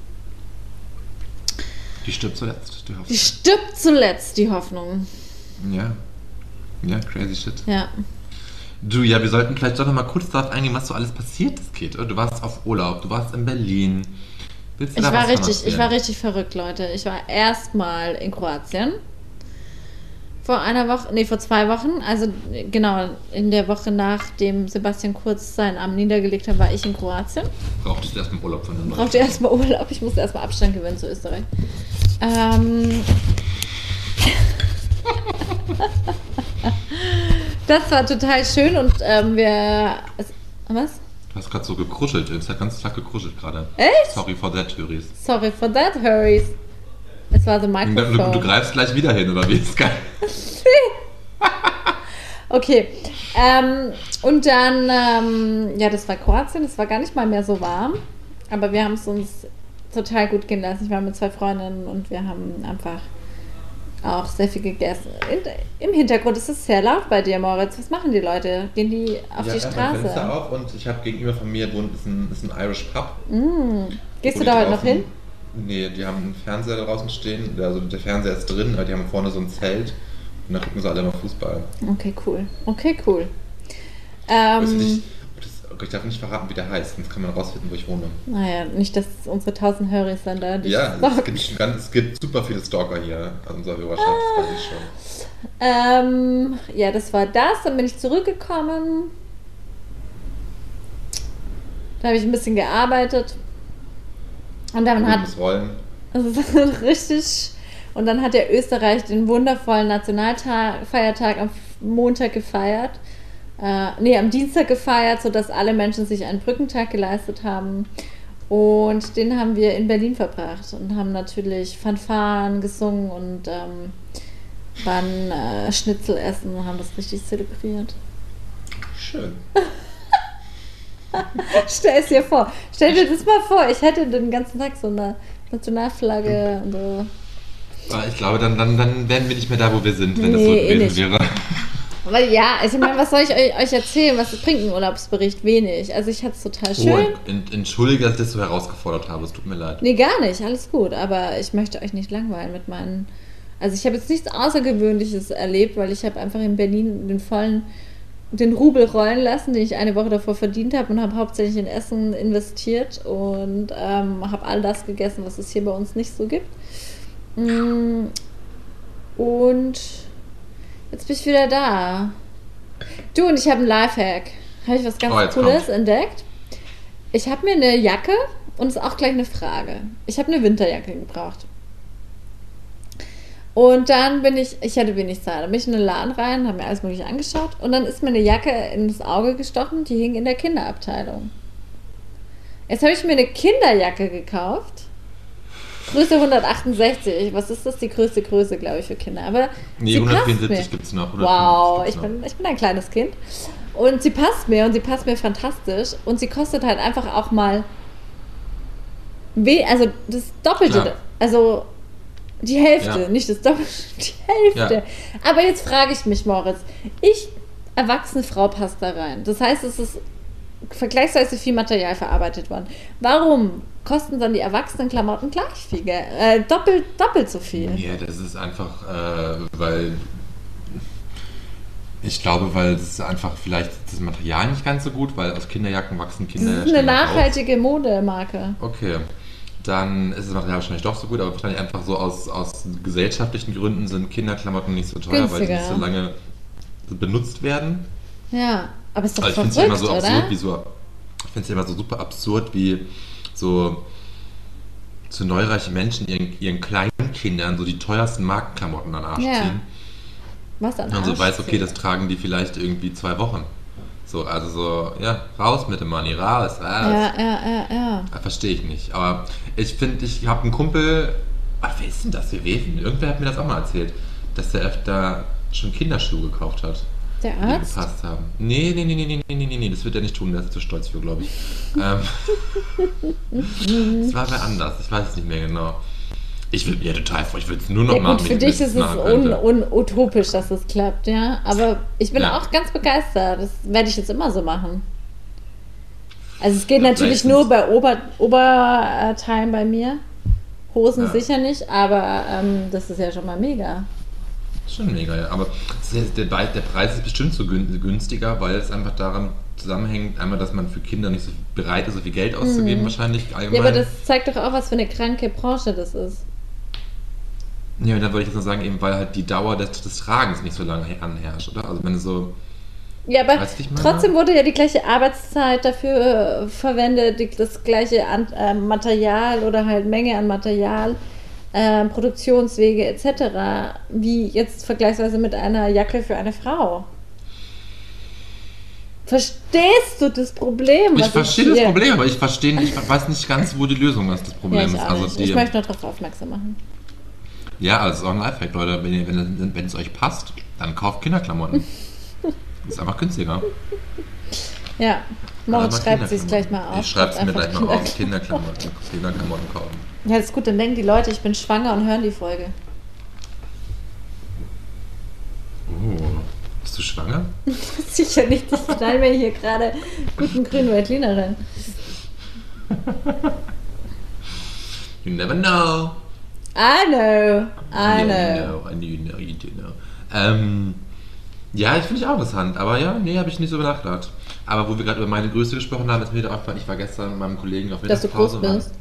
Speaker 3: die stirbt zuletzt. Die Hoffnung.
Speaker 2: Die stirbt zuletzt, die Hoffnung.
Speaker 3: ja. Ja, crazy shit.
Speaker 2: Ja.
Speaker 3: Du, ja, wir sollten vielleicht doch nochmal kurz darauf eingehen, was so alles passiert ist, Kate. Du warst auf Urlaub, du warst in Berlin. Willst du
Speaker 2: Ich
Speaker 3: da
Speaker 2: war
Speaker 3: was von
Speaker 2: richtig, ich
Speaker 3: erzählen?
Speaker 2: war richtig verrückt, Leute. Ich war erstmal in Kroatien. Vor einer Woche, nee, vor zwei Wochen, also genau, in der Woche nachdem Sebastian Kurz seinen Arm niedergelegt hat, war ich in Kroatien.
Speaker 3: Brauchtest du erstmal Urlaub von den Leuten?
Speaker 2: brauchte erstmal Urlaub. Ich musste erstmal Abstand gewinnen zu Österreich. Ähm. das war total schön und ähm, wir. es- Was?
Speaker 3: Du hast gerade so gekruschelt, du hast ja ganz Tag gekruschelt gerade.
Speaker 2: Echt?
Speaker 3: Sorry for that, Theories.
Speaker 2: Sorry for that, Hurries. Es war so
Speaker 3: Du, du, du
Speaker 2: Microphone.
Speaker 3: greifst gleich wieder hin, oder wie? Ist geil.
Speaker 2: Okay. Ähm, und dann, ähm, ja, das war Kroatien, es war gar nicht mal mehr so warm, aber wir haben es uns total gut gehen lassen. Ich war mit zwei Freundinnen und wir haben einfach auch sehr viel gegessen. In, Im Hintergrund ist es sehr laut bei dir, Moritz. Was machen die Leute? Gehen die auf die Straße?
Speaker 3: auf und ich habe gegenüber von mir wohnt ist ein, ist ein Irish Pub.
Speaker 2: Mm. Gehst
Speaker 3: Wo
Speaker 2: du da
Speaker 3: die
Speaker 2: heute noch
Speaker 3: draußen-
Speaker 2: hin?
Speaker 3: Nee, die haben einen Fernseher da draußen stehen, also der Fernseher ist drin, aber die haben vorne so ein Zelt und da gucken sie alle mal Fußball.
Speaker 2: Okay, cool. Okay, cool.
Speaker 3: Weiß ich
Speaker 2: Ähm,
Speaker 3: nicht, ob das, okay, ich darf nicht verraten, wie der heißt, sonst kann man rausfinden, wo ich wohne.
Speaker 2: naja, nicht, dass unsere 1000 Hurries dann da dich
Speaker 3: Ja, es
Speaker 2: stalken.
Speaker 3: gibt, schon ganz, es gibt super viele Stalker hier an unserer Hörerschaft,
Speaker 2: Ah.
Speaker 3: das weiß ich schon.
Speaker 2: Ähm, ja, das war das. Dann bin ich zurückgekommen. Da habe ich ein bisschen gearbeitet. Und dann hat.
Speaker 3: Gutes Rollen.
Speaker 2: Das ist richtig. Und dann hat ja Österreich den wundervollen Nationalfeiertag am Montag gefeiert. Äh, nee, am Dienstag gefeiert, sodass alle Menschen sich einen Brückentag geleistet haben. Und den haben wir in Berlin verbracht und haben natürlich Fanfaren gesungen und ähm, waren äh, Schnitzel essen und haben das richtig zelebriert.
Speaker 3: Schön.
Speaker 2: Stell es dir vor. Stell dir das mal vor, ich hätte den ganzen Tag so eine Nationalflagge und so.
Speaker 3: Aber Ich glaube, dann, dann, dann wären wir nicht mehr da, wo wir sind, wenn
Speaker 2: Nee, eh
Speaker 3: das so gewesen
Speaker 2: nicht.
Speaker 3: wäre.
Speaker 2: Aber ja, also ich meine, was soll ich euch, euch erzählen? Was bringt ein Urlaubsbericht? Wenig. Also ich hatte es total schön.
Speaker 3: Oh, ent, entschuldige, dass ich das so herausgefordert habe. Es tut mir leid.
Speaker 2: Nee, gar nicht. Alles gut. Aber ich möchte euch nicht langweilen mit meinen. Also ich habe jetzt nichts Außergewöhnliches erlebt, weil ich habe einfach in Berlin den vollen den Rubel rollen lassen, den ich eine Woche davor verdient habe und habe hauptsächlich in Essen investiert und ähm, habe all das gegessen, was es hier bei uns nicht so gibt. Mm, Und jetzt bin ich wieder da. Du und ich habe einen Lifehack. Habe ich was ganz
Speaker 3: Oh, jetzt
Speaker 2: Cooles
Speaker 3: kommt's.
Speaker 2: entdeckt? Ich habe mir eine Jacke und ist auch gleich eine Frage. Ich habe eine Winterjacke gebraucht. Und dann bin ich, ich hatte wenig Zeit, dann bin ich in den Laden rein, habe mir alles mögliche angeschaut und dann ist mir eine Jacke ins Auge gestochen, die hing in der Kinderabteilung. Jetzt habe ich mir eine Kinderjacke gekauft. Größe 168, was ist das? Die größte Größe, glaube ich, für Kinder. Aber
Speaker 3: Nee,
Speaker 2: sie passt
Speaker 3: 174
Speaker 2: mir.
Speaker 3: gibt es noch. 175
Speaker 2: Wow,
Speaker 3: gibt's
Speaker 2: ich
Speaker 3: noch.
Speaker 2: bin, ich bin ein kleines Kind. Und sie passt mir und sie passt mir fantastisch. Und sie kostet halt einfach auch mal. We also das Doppelte.
Speaker 3: Ja.
Speaker 2: Also die Hälfte,
Speaker 3: Ja.
Speaker 2: nicht das Doppelte, die Hälfte. Aber jetzt frage ich mich, Moritz. Ich, erwachsene Frau, passt da rein. Das heißt, es ist vergleichsweise viel Material verarbeitet worden. Warum kosten dann die erwachsenen Klamotten gleich viel? Geld? Äh, doppelt, doppelt so viel.
Speaker 3: Ja, das ist einfach, äh, weil ich glaube, weil es einfach vielleicht das Material nicht ganz so gut, weil aus Kinderjacken wachsen Kinder.
Speaker 2: Das ist eine
Speaker 3: schneller raus.
Speaker 2: nachhaltige Modemarke.
Speaker 3: Okay. Dann ist das Material wahrscheinlich doch so gut, aber wahrscheinlich einfach so aus, aus gesellschaftlichen Gründen sind Kinderklamotten nicht so teuer, weil die nicht
Speaker 2: Günstiger.
Speaker 3: so lange benutzt werden.
Speaker 2: Ja, aber ist doch
Speaker 3: Also ich
Speaker 2: verrückt,
Speaker 3: finde es ja immer so
Speaker 2: oder?
Speaker 3: absurd, wie so. Ich finde es ja immer so super absurd, wie so zu neureiche Menschen ihren, ihren kleinen Kindern so die teuersten Markenklamotten an den Arsch
Speaker 2: Ja.
Speaker 3: ziehen.
Speaker 2: Was an
Speaker 3: Und man so
Speaker 2: Arsch
Speaker 3: weiß, okay,
Speaker 2: zieht.
Speaker 3: das tragen die vielleicht irgendwie zwei Wochen. So, also so, ja, raus mit dem Money, raus, raus.
Speaker 2: Ja, ja, ja, ja.
Speaker 3: Verstehe ich nicht. Aber ich finde, ich habe einen Kumpel, ah, wer ist denn das gewesen? Irgendwer hat mir das auch mal erzählt, dass der öfter schon Kinderschuhe gekauft hat,
Speaker 2: Der
Speaker 3: die
Speaker 2: Arzt?
Speaker 3: gepasst haben. Nee, nee, nee, nee, nee, nee, nee, nee, nee, das wird er nicht tun, da ist er zu stolz für, glaube ich. ähm, das war wer anders, ich weiß es nicht mehr genau. Ich würde mir total vor, ich würde es nur noch
Speaker 2: Ja,
Speaker 3: machen.
Speaker 2: gut,
Speaker 3: wenn
Speaker 2: für
Speaker 3: ich
Speaker 2: dich
Speaker 3: das
Speaker 2: ist es
Speaker 3: machen
Speaker 2: un,
Speaker 3: könnte.
Speaker 2: un, utopisch, dass es klappt, ja. Aber ich bin
Speaker 3: Ja.
Speaker 2: auch ganz begeistert. Das werde ich jetzt immer so machen. Also es geht
Speaker 3: Ja,
Speaker 2: natürlich
Speaker 3: vielleicht
Speaker 2: nur
Speaker 3: nicht.
Speaker 2: bei Ober, Oberteilen bei mir. Hosen
Speaker 3: Ja.
Speaker 2: sicher nicht, aber ähm, das ist ja schon mal mega.
Speaker 3: Schon mega, ja. Aber es ist- der, Be- der Preis ist bestimmt so gün- günstiger, weil es einfach daran zusammenhängt, einmal, dass man für Kinder nicht so bereit ist, so viel Geld auszugeben, wahrscheinlich
Speaker 2: Mhm. Ja,
Speaker 3: allgemein.
Speaker 2: aber das zeigt doch auch, was für eine kranke Branche das ist.
Speaker 3: Ja, und dann würde ich jetzt nur sagen, eben weil halt die Dauer des, des Tragens nicht so lange her- anherrscht, oder? Also wenn du so.
Speaker 2: Ja, aber
Speaker 3: Weißt du, ich meine-
Speaker 2: trotzdem wurde ja die gleiche Arbeitszeit dafür äh, verwendet, die, das gleiche an, äh, Material oder halt Menge an Material, äh, Produktionswege etc., wie jetzt vergleichsweise mit einer Jacke für eine Frau. Verstehst du das Problem?
Speaker 3: Ich
Speaker 2: was
Speaker 3: verstehe das
Speaker 2: hier-
Speaker 3: Problem, aber ich verstehe nicht, ich weiß nicht ganz, wo die Lösung ist, das
Speaker 2: Ja,
Speaker 3: Problem
Speaker 2: ich,
Speaker 3: ist.
Speaker 2: auch
Speaker 3: Also
Speaker 2: nicht.
Speaker 3: die,
Speaker 2: ich möchte nur darauf aufmerksam machen.
Speaker 3: ja, also es ist auch ein Lifehack, Leute. Wenn, ihr, wenn, wenn es euch passt, dann kauft Kinderklamotten. ist einfach günstiger.
Speaker 2: Ja, Moritz
Speaker 3: Aber
Speaker 2: schreibt sich gleich
Speaker 3: Kinderklamotten.
Speaker 2: mal auf.
Speaker 3: Ich schreibe es mir
Speaker 2: einfach
Speaker 3: gleich mal auf.
Speaker 2: Kinder-
Speaker 3: Kinderklamotten. Kinderklamotten kaufen.
Speaker 2: Ja, ist gut, dann denken die Leute, ich bin schwanger und hören die Folge.
Speaker 3: Oh, bist du schwanger?
Speaker 2: Sicher nicht, ich knall mir hier gerade guten grünen Veltliner rein.
Speaker 3: You never know.
Speaker 2: I know, I
Speaker 3: You
Speaker 2: know.
Speaker 3: know, and you know, you do know. Ähm, ja, ich finde ich auch interessant, aber ja, nee, habe ich nicht so nachgedacht. Aber wo wir gerade über meine Größe gesprochen haben, ist mir wieder aufgefallen, ich war gestern mit meinem Kollegen auf
Speaker 2: Dass du
Speaker 3: Mittagspause
Speaker 2: groß
Speaker 3: und-
Speaker 2: bist.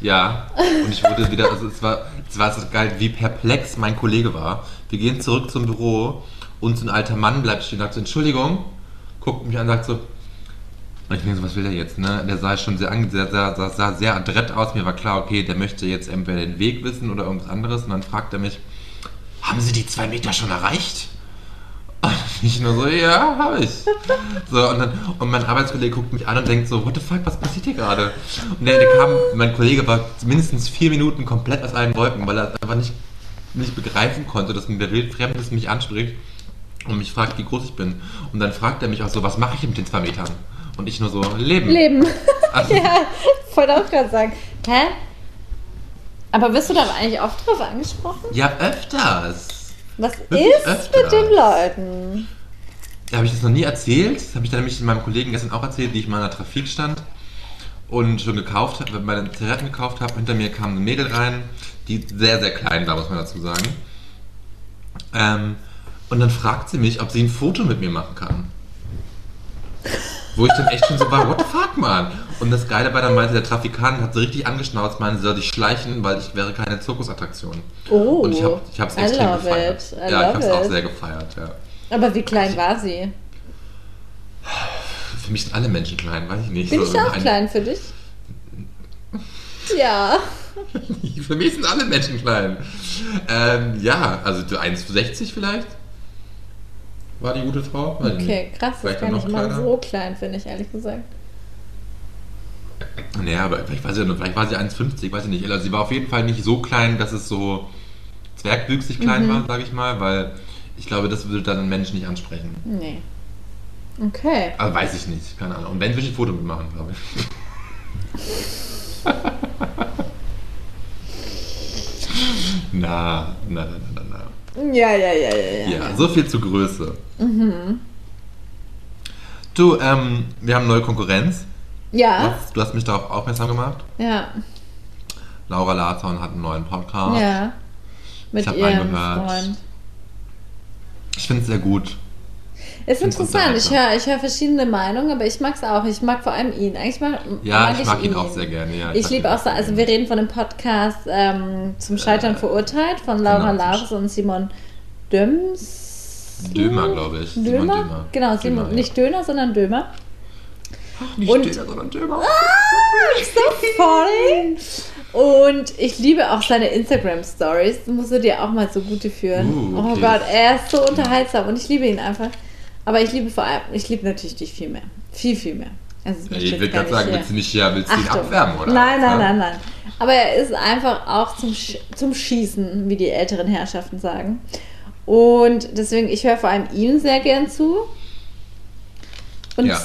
Speaker 3: Ja, und ich wurde wieder, also es war, es war so geil, wie perplex mein Kollege war. Wir gehen zurück zum Büro und so ein alter Mann bleibt stehen und sagt so, Entschuldigung, guckt mich an und sagt so, und ich denke so, was will der jetzt, ne? Der sah schon sehr, ange sehr, sehr, sah, sah sehr adrett aus. Mir war klar, okay, der möchte jetzt entweder den Weg wissen oder irgendwas anderes. Und dann fragt er mich, haben Sie die zwei Meter schon erreicht? Und ich nur so, ja, habe ich. So, und, dann, und mein Arbeitskollege guckt mich an und denkt so, what the fuck, was passiert hier gerade? Und der, der kam, mein Kollege war mindestens vier Minuten komplett aus allen Wolken, weil er einfach nicht, nicht begreifen konnte, dass ein Wildfremdes mich anspricht und mich fragt, wie groß ich bin. Und dann fragt er mich auch so, was mache ich mit den zwei Metern? Und ich nur so, Leben.
Speaker 2: Leben.
Speaker 3: Also,
Speaker 2: ja, wollte auch gerade sagen. Hä? Aber wirst du da eigentlich oft drauf angesprochen?
Speaker 3: Ja, öfters.
Speaker 2: Was
Speaker 3: Wirklich
Speaker 2: ist
Speaker 3: öfter.
Speaker 2: mit den Leuten?
Speaker 3: habe ich das noch nie erzählt. Das habe ich dann nämlich meinem Kollegen gestern auch erzählt, wie ich mal in der Trafik stand und schon gekauft habe, meine Zigaretten gekauft habe. Hinter mir kam ein Mädel rein, die sehr, sehr klein war, muss man dazu sagen. Ähm, und dann fragt sie mich, ob sie ein Foto mit mir machen kann. Wo ich dann echt schon so war, what the fuck, man? Und das Geile war, dann meinte der Trafikant, hat sie richtig angeschnauzt, meinte, sie soll sich schleichen, weil ich wäre keine Zirkusattraktion.
Speaker 2: Oh,
Speaker 3: Und ich habe es hab's
Speaker 2: I
Speaker 3: extrem
Speaker 2: love
Speaker 3: gefeiert.
Speaker 2: it. I
Speaker 3: ja, ich
Speaker 2: love
Speaker 3: habe es auch
Speaker 2: it.
Speaker 3: sehr gefeiert, ja.
Speaker 2: Aber wie klein war sie?
Speaker 3: Für mich sind alle Menschen klein, weiß ich nicht. Also
Speaker 2: Bin
Speaker 3: So
Speaker 2: ich auch
Speaker 3: ein-
Speaker 2: klein für dich? Ja.
Speaker 3: Für mich sind alle Menschen klein. Ähm, ja, also so 1,60 vielleicht war die gute Frau. Weiß ich
Speaker 2: Okay, krass. Das
Speaker 3: Vielleicht
Speaker 2: gar
Speaker 3: noch
Speaker 2: nicht mal
Speaker 3: kleiner.
Speaker 2: so klein, finde ich, ehrlich gesagt.
Speaker 3: nicht. Naja, aber vielleicht war sie, vielleicht war sie 1,50, weiß ich nicht. Also sie war auf jeden Fall nicht so klein, dass es so zwergbüchsig klein
Speaker 2: Mhm.
Speaker 3: war, sage ich mal, weil ich glaube, das würde dann einen Menschen nicht ansprechen.
Speaker 2: Nee. Okay.
Speaker 3: Aber weiß ich nicht, keine Ahnung. Und wenn, würde ich ein Foto mitmachen, glaube ich. na, na, na, na, na, na.
Speaker 2: Ja, ja, ja, ja, ja.
Speaker 3: Ja, so viel zur Größe.
Speaker 2: Mhm.
Speaker 3: Du, ähm, wir haben neue Konkurrenz. Du
Speaker 2: Ja,
Speaker 3: hast, du hast mich darauf aufmerksam gemacht.
Speaker 2: ja.
Speaker 3: Laura Larsson hat einen neuen Podcast.
Speaker 2: ja. Mit
Speaker 3: hab
Speaker 2: ihrem
Speaker 3: reingehört.
Speaker 2: Freund.
Speaker 3: Ich finde es sehr gut.
Speaker 2: Ist
Speaker 3: Find's
Speaker 2: interessant. Ich
Speaker 3: unterhaltsam.
Speaker 2: höre ich höre verschiedene Meinungen, aber ich mag es auch. Ich mag vor allem ihn. Eigentlich mag,
Speaker 3: Ja,
Speaker 2: mag
Speaker 3: ich mag ihn auch sehr gerne. Ja,
Speaker 2: Ich
Speaker 3: mag
Speaker 2: liebe
Speaker 3: ihn
Speaker 2: auch, so- also wir reden von dem Podcast ähm, Zum Scheitern
Speaker 3: Äh,
Speaker 2: verurteilt von Laura
Speaker 3: genau.
Speaker 2: Lars und Simon Döms.
Speaker 3: Dömer, glaube ich. Simon
Speaker 2: Dömer?
Speaker 3: Dömer.
Speaker 2: Genau, Simon,
Speaker 3: Dömer, ja.
Speaker 2: nicht Döner, sondern Dömer.
Speaker 3: Ach, nicht
Speaker 2: und- Ah!
Speaker 3: Döner, sondern Dömer.
Speaker 2: Sorry. Und ich liebe auch seine Instagram-Stories. Musst du dir auch mal zugute führen.
Speaker 3: Uh,
Speaker 2: Oh
Speaker 3: okay.
Speaker 2: Gott, er ist so unterhaltsam und ich liebe ihn einfach. Aber ich liebe vor allem, ich liebe natürlich dich viel mehr. Viel, viel mehr. Also, das
Speaker 3: Ja,
Speaker 2: möchte
Speaker 3: ich
Speaker 2: jetzt
Speaker 3: will
Speaker 2: gar
Speaker 3: gerade sagen,
Speaker 2: hier-
Speaker 3: willst du nicht ja, willst du ihn
Speaker 2: Achtung.
Speaker 3: abwärmen, oder?
Speaker 2: Nein, nein,
Speaker 3: was,
Speaker 2: nein,
Speaker 3: ne?
Speaker 2: nein. Aber er ist einfach auch zum, Sch zum Schießen, wie die älteren Herrschaften sagen. Und deswegen, ich höre vor allem ihm sehr gern zu. Und
Speaker 3: Ja.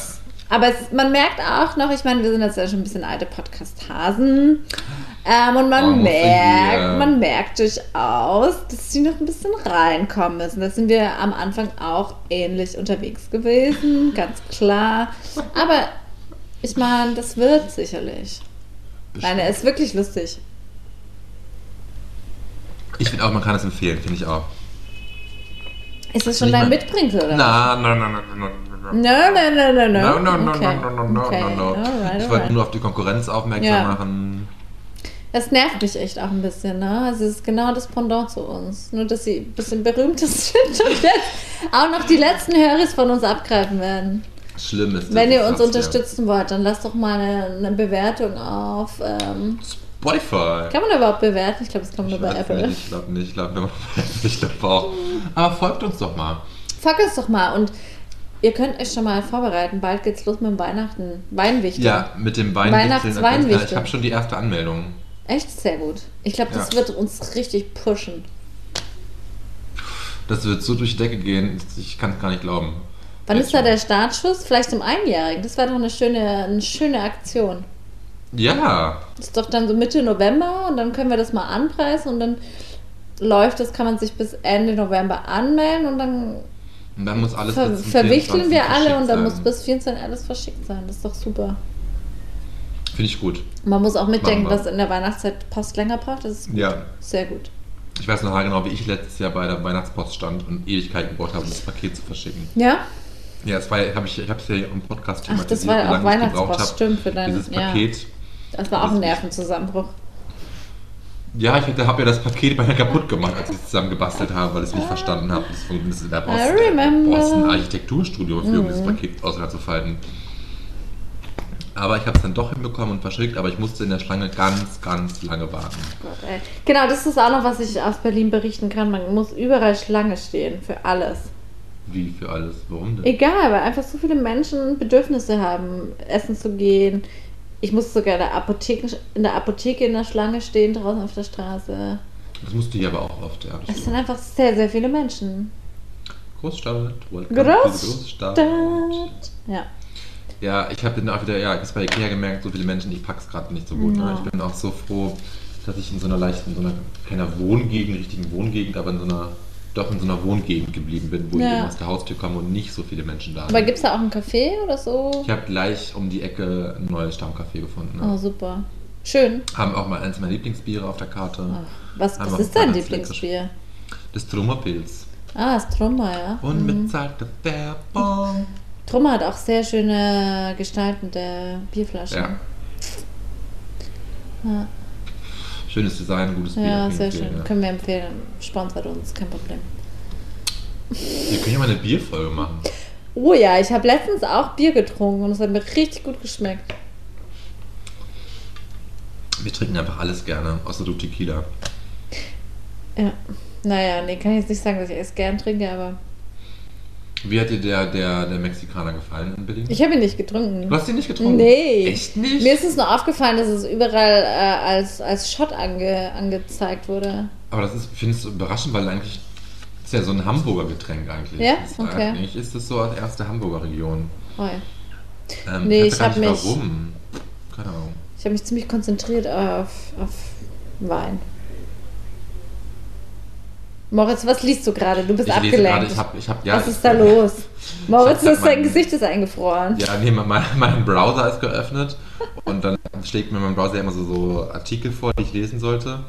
Speaker 2: Aber es, man merkt auch noch, ich meine, wir sind jetzt ja schon ein bisschen alte Podcast-Hasen. Ähm, und man
Speaker 3: Oh, muss ich hier.
Speaker 2: merkt, man merkt durchaus, dass sie noch ein bisschen reinkommen müssen. Da sind wir am Anfang auch ähnlich unterwegs gewesen, ganz klar. Aber ich meine, das wird sicherlich. Nein, er ist wirklich lustig.
Speaker 3: Ich finde auch, man kann es empfehlen, finde ich auch.
Speaker 2: Ist das schon
Speaker 3: Ich
Speaker 2: dein
Speaker 3: mein-
Speaker 2: Mitbringsel, oder?
Speaker 3: Na, na, na, na, na, na, na.
Speaker 2: No, no, no, no, no.
Speaker 3: No, no, no,
Speaker 2: Okay.
Speaker 3: no, no, no, no,
Speaker 2: okay.
Speaker 3: no, no.
Speaker 2: Alright,
Speaker 3: Ich wollte
Speaker 2: alright.
Speaker 3: nur auf die Konkurrenz aufmerksam
Speaker 2: Ja.
Speaker 3: machen.
Speaker 2: Das nervt mich echt auch ein bisschen, ne? Also es ist genau das Pendant zu uns. Nur, dass sie ein bisschen berühmtes sind und jetzt auch noch die letzten Höris von uns abgreifen werden.
Speaker 3: Schlimm ist das.
Speaker 2: Wenn ihr uns
Speaker 3: Das, ja.
Speaker 2: unterstützen wollt, dann lasst doch mal eine, eine Bewertung auf. Ähm,
Speaker 3: Spotify.
Speaker 2: kann man überhaupt bewerten? Ich glaube, es kommt nur
Speaker 3: Ich
Speaker 2: bei
Speaker 3: weiß
Speaker 2: Apple. ne?
Speaker 3: nicht, ich glaube nicht, ich glaube ich glaub auch. Aber folgt uns doch mal.
Speaker 2: Fuck es doch mal und ihr könnt euch schon mal vorbereiten. Bald geht's los mit dem Weihnachten. Weinwichteln.
Speaker 3: Ja, mit dem Weinwichteln.
Speaker 2: Weihnachtsweinwichteln.
Speaker 3: Ich habe schon die erste Anmeldung.
Speaker 2: Echt sehr gut. Ich glaube, das
Speaker 3: Ja.
Speaker 2: wird uns richtig pushen.
Speaker 3: Das wird so durch die Decke gehen, ich kann es gar nicht glauben.
Speaker 2: Wann
Speaker 3: Jetzt
Speaker 2: ist da
Speaker 3: schon.
Speaker 2: der Startschuss? Vielleicht zum Einjährigen. Das wäre doch eine schöne, eine schöne Aktion.
Speaker 3: Ja,
Speaker 2: Das ist doch dann so Mitte November und dann können wir das mal anpreisen und dann läuft das, kann man sich bis Ende November anmelden und dann
Speaker 3: und dann muss alles
Speaker 2: ver
Speaker 3: bis zum
Speaker 2: verwichteln
Speaker 3: 24.
Speaker 2: wir alle und dann muss
Speaker 3: verschickt sein.
Speaker 2: bis 14 alles verschickt sein. Das ist doch super.
Speaker 3: Finde ich gut.
Speaker 2: Man muss auch mitdenken,
Speaker 3: Machen wir.
Speaker 2: dass in der Weihnachtszeit Post länger braucht. Das ist
Speaker 3: Ja.
Speaker 2: sehr gut.
Speaker 3: Ich weiß noch genau, wie ich letztes Jahr bei der Weihnachtspost stand und Ewigkeit gebraucht habe, um das Paket zu verschicken.
Speaker 2: Ja?
Speaker 3: Ja, das war, hab ich, ich habe es ja im Podcast
Speaker 2: Ach, das war
Speaker 3: wie
Speaker 2: ja auch
Speaker 3: lange ich gebraucht
Speaker 2: Weihnachtspost,
Speaker 3: habe,
Speaker 2: stimmt, für dein,
Speaker 3: Dieses
Speaker 2: ja.
Speaker 3: Paket.
Speaker 2: Das war auch ein
Speaker 3: Das-
Speaker 2: Nervenzusammenbruch.
Speaker 3: Ja, ich habe ja das Paket bei mir kaputt gemacht, als ich es zusammen gebastelt habe, weil ich es nicht verstanden habe. Das funktioniert in der
Speaker 2: I
Speaker 3: Boston.
Speaker 2: remember. Mhm.
Speaker 3: Boston Architekturstudio für, um dieses Paket auseinanderzufalten. Aber ich habe es dann doch hinbekommen und verschickt, aber ich musste in der Schlange ganz, ganz lange warten.
Speaker 2: Gott, ey. Genau, das ist auch noch, was ich aus Berlin berichten kann. Man muss überall Schlange stehen für alles.
Speaker 3: Wie für alles. Warum denn?
Speaker 2: Egal, weil einfach so viele Menschen Bedürfnisse haben, essen zu gehen. Ich muss sogar in der Apotheke in der, Apotheke in der Schlange stehen, draußen auf der Straße.
Speaker 3: Das musste ich aber auch oft, ja. Das
Speaker 2: Es
Speaker 3: stimmt.
Speaker 2: sind einfach sehr, sehr viele Menschen.
Speaker 3: Großstadt. halt welcome to the
Speaker 2: Großstadt. Ja.
Speaker 3: Ja, ich habe dann auch wieder, ja, ich habe bei Ikea gemerkt, so viele Menschen, ich pack's gerade nicht so gut. Ne?
Speaker 2: Ja.
Speaker 3: Ich bin auch so froh, dass ich in so einer leichten, in so einer, keiner Wohngegend, richtigen Wohngegend, aber in so einer doch in so einer Wohngegend geblieben bin, wo ich
Speaker 2: Ja.
Speaker 3: immer aus der Haustür komme und nicht so viele Menschen da
Speaker 2: Aber
Speaker 3: sind.
Speaker 2: gibt es da auch ein Café oder so?
Speaker 3: Ich habe gleich um die Ecke ein neues Stammcafé gefunden. Ne?
Speaker 2: Oh, super. Schön.
Speaker 3: Haben auch mal eins meiner Lieblingsbiere auf der Karte.
Speaker 2: Ach, was was
Speaker 3: Aber
Speaker 2: ist dein
Speaker 3: ganz
Speaker 2: Lieblingsbier?
Speaker 3: Das Trummerpilz.
Speaker 2: Ah, ist Trummer, ja. Mhm.
Speaker 3: Unbezahlte Werbung.
Speaker 2: Trummer hat auch sehr schöne Gestalten der Bierflaschen.
Speaker 3: Ja.
Speaker 2: Ja,
Speaker 3: Schönes Design, gutes Bier.
Speaker 2: ja
Speaker 3: auf
Speaker 2: sehr
Speaker 3: jeden Fall,
Speaker 2: schön.
Speaker 3: ja.
Speaker 2: Können wir empfehlen. Sponsert uns, kein Problem.
Speaker 3: Wir können ja mal eine Bierfolge machen.
Speaker 2: Oh ja, ich habe letztens auch Bier getrunken und es hat mir richtig gut geschmeckt.
Speaker 3: Wir trinken einfach alles gerne, außer du Tequila.
Speaker 2: Ja. Naja, nee, kann ich jetzt nicht sagen, dass ich es gern trinke, aber
Speaker 3: Wie hat dir der, der, der Mexikaner gefallen in Berlin?
Speaker 2: ich habe ihn nicht getrunken.
Speaker 3: du hast ihn nicht getrunken?
Speaker 2: Nee.
Speaker 3: Echt nicht?
Speaker 2: Mir ist es nur aufgefallen, dass es überall äh, als, als Shot ange, angezeigt wurde.
Speaker 3: Aber das ist, findest du überraschend, weil eigentlich ist ja so ein Hamburger Getränk eigentlich.
Speaker 2: Ja?
Speaker 3: Das ist
Speaker 2: Okay.
Speaker 3: Eigentlich ist das so als erste Hamburger Region.
Speaker 2: Oi.
Speaker 3: Ähm,
Speaker 2: Nee,
Speaker 3: weiß
Speaker 2: ich
Speaker 3: gar
Speaker 2: hab
Speaker 3: nicht
Speaker 2: mich-
Speaker 3: Warum? Keine Ahnung.
Speaker 2: Ich habe mich ziemlich konzentriert auf, auf Wein. Moritz, was liest du gerade? Du bist
Speaker 3: ich lese
Speaker 2: abgelenkt.
Speaker 3: gerade, ich habe, ich hab, ja.
Speaker 2: was
Speaker 3: ich-
Speaker 2: ist da los? Moritz,
Speaker 3: hab
Speaker 2: ist sein
Speaker 3: meinen-
Speaker 2: Gesicht ist eingefroren.
Speaker 3: Ja, nee, mein, mein Browser ist geöffnet und dann schlägt mir mein Browser immer so, so Artikel vor, die ich lesen sollte.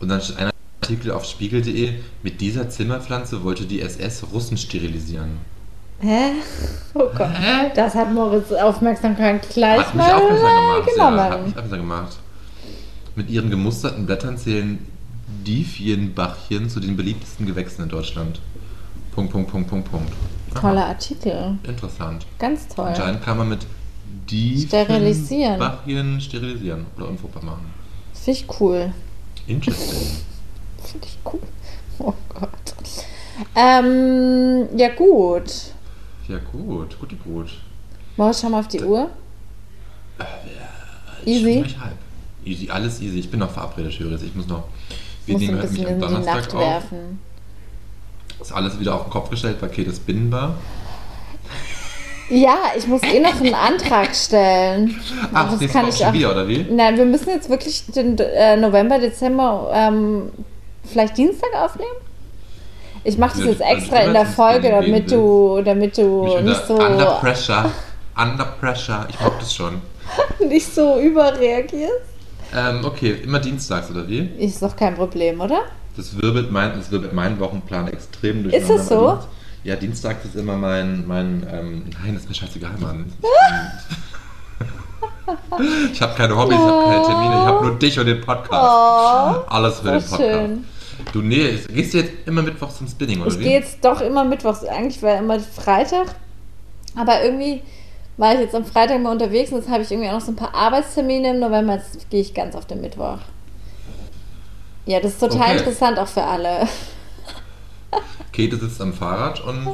Speaker 3: Und dann steht ein Artikel auf spiegel.de, mit dieser Zimmerpflanze wollte die SS Russen sterilisieren.
Speaker 2: Hä? Oh Gott. Das hat Moritz Aufmerksamkeit gleich
Speaker 3: Hat mich
Speaker 2: mal
Speaker 3: aufmerksam gemacht.
Speaker 2: äh,
Speaker 3: Ja, hat
Speaker 2: genommen.
Speaker 3: mich aufmerksam gemacht. Mit ihren gemusterten Blättern zählen Diefienbachchen zu den beliebtesten Gewächsen in Deutschland. Punkt, Punkt, Punkt, Punkt, Punkt. Aha,
Speaker 2: Toller Artikel.
Speaker 3: Interessant.
Speaker 2: Ganz toll.
Speaker 3: Anscheinend kann man mit
Speaker 2: Sterilisieren.
Speaker 3: Diefienbachchen sterilisieren oder unfruchtbar machen.
Speaker 2: Finde ich cool.
Speaker 3: Interesting.
Speaker 2: Finde ich cool. Oh Gott. Ähm, ja gut.
Speaker 3: Ja, gut, gut, gut.
Speaker 2: Moritz, schau mal auf die Uhr. Easy.
Speaker 3: Äh, Ich halb. Easy, alles easy. Ich bin noch verabredet, Höris. Ich muss noch. Wir
Speaker 2: Muss ein
Speaker 3: nehmen heute
Speaker 2: bisschen
Speaker 3: mich am
Speaker 2: in die Nacht
Speaker 3: Donnerstag auf.
Speaker 2: werfen.
Speaker 3: Ist alles wieder auf den Kopf gestellt, Paket ist binnenbar.
Speaker 2: Ja, ich muss eh noch einen Antrag stellen.
Speaker 3: Ach, nächste Woche schon wieder, oder wie?
Speaker 2: Nein, wir müssen jetzt wirklich den äh, November, Dezember, ähm, vielleicht Dienstag aufnehmen. Ich mache das
Speaker 3: Ja,
Speaker 2: jetzt
Speaker 3: also
Speaker 2: extra in der
Speaker 3: wenigstens,
Speaker 2: Folge,
Speaker 3: wenn du
Speaker 2: damit
Speaker 3: gehen
Speaker 2: du, damit
Speaker 3: Mich
Speaker 2: du nicht
Speaker 3: unter,
Speaker 2: so,
Speaker 3: Under pressure. Under pressure. Ich mag das schon.
Speaker 2: nicht so überreagierst.
Speaker 3: Ähm, okay, immer dienstags, oder wie?
Speaker 2: Ist doch kein Problem, oder?
Speaker 3: Das wirbelt, mein, das wirbelt meinen Wochenplan extrem durch.
Speaker 2: Ist das so?
Speaker 3: Ja, dienstags ist immer mein. mein ähm, nein, das ist mir scheißegal, Mann. Ich habe keine Hobbys, ich habe keine Termine, ich habe nur dich und den Podcast. Alles für
Speaker 2: Oh, so
Speaker 3: den Podcast.
Speaker 2: schön.
Speaker 3: Du, nee, ist- gehst du jetzt immer mittwochs zum Spinning, oder
Speaker 2: Ich
Speaker 3: wie?
Speaker 2: gehe jetzt doch immer mittwochs. Eigentlich war immer Freitag. Aber irgendwie war ich jetzt am Freitag mal unterwegs und jetzt habe ich irgendwie auch noch so ein paar Arbeitstermine im November. Jetzt gehe ich ganz auf den Mittwoch. Ja, das ist total
Speaker 3: Okay.
Speaker 2: interessant auch für alle.
Speaker 3: Kete sitzt am Fahrrad und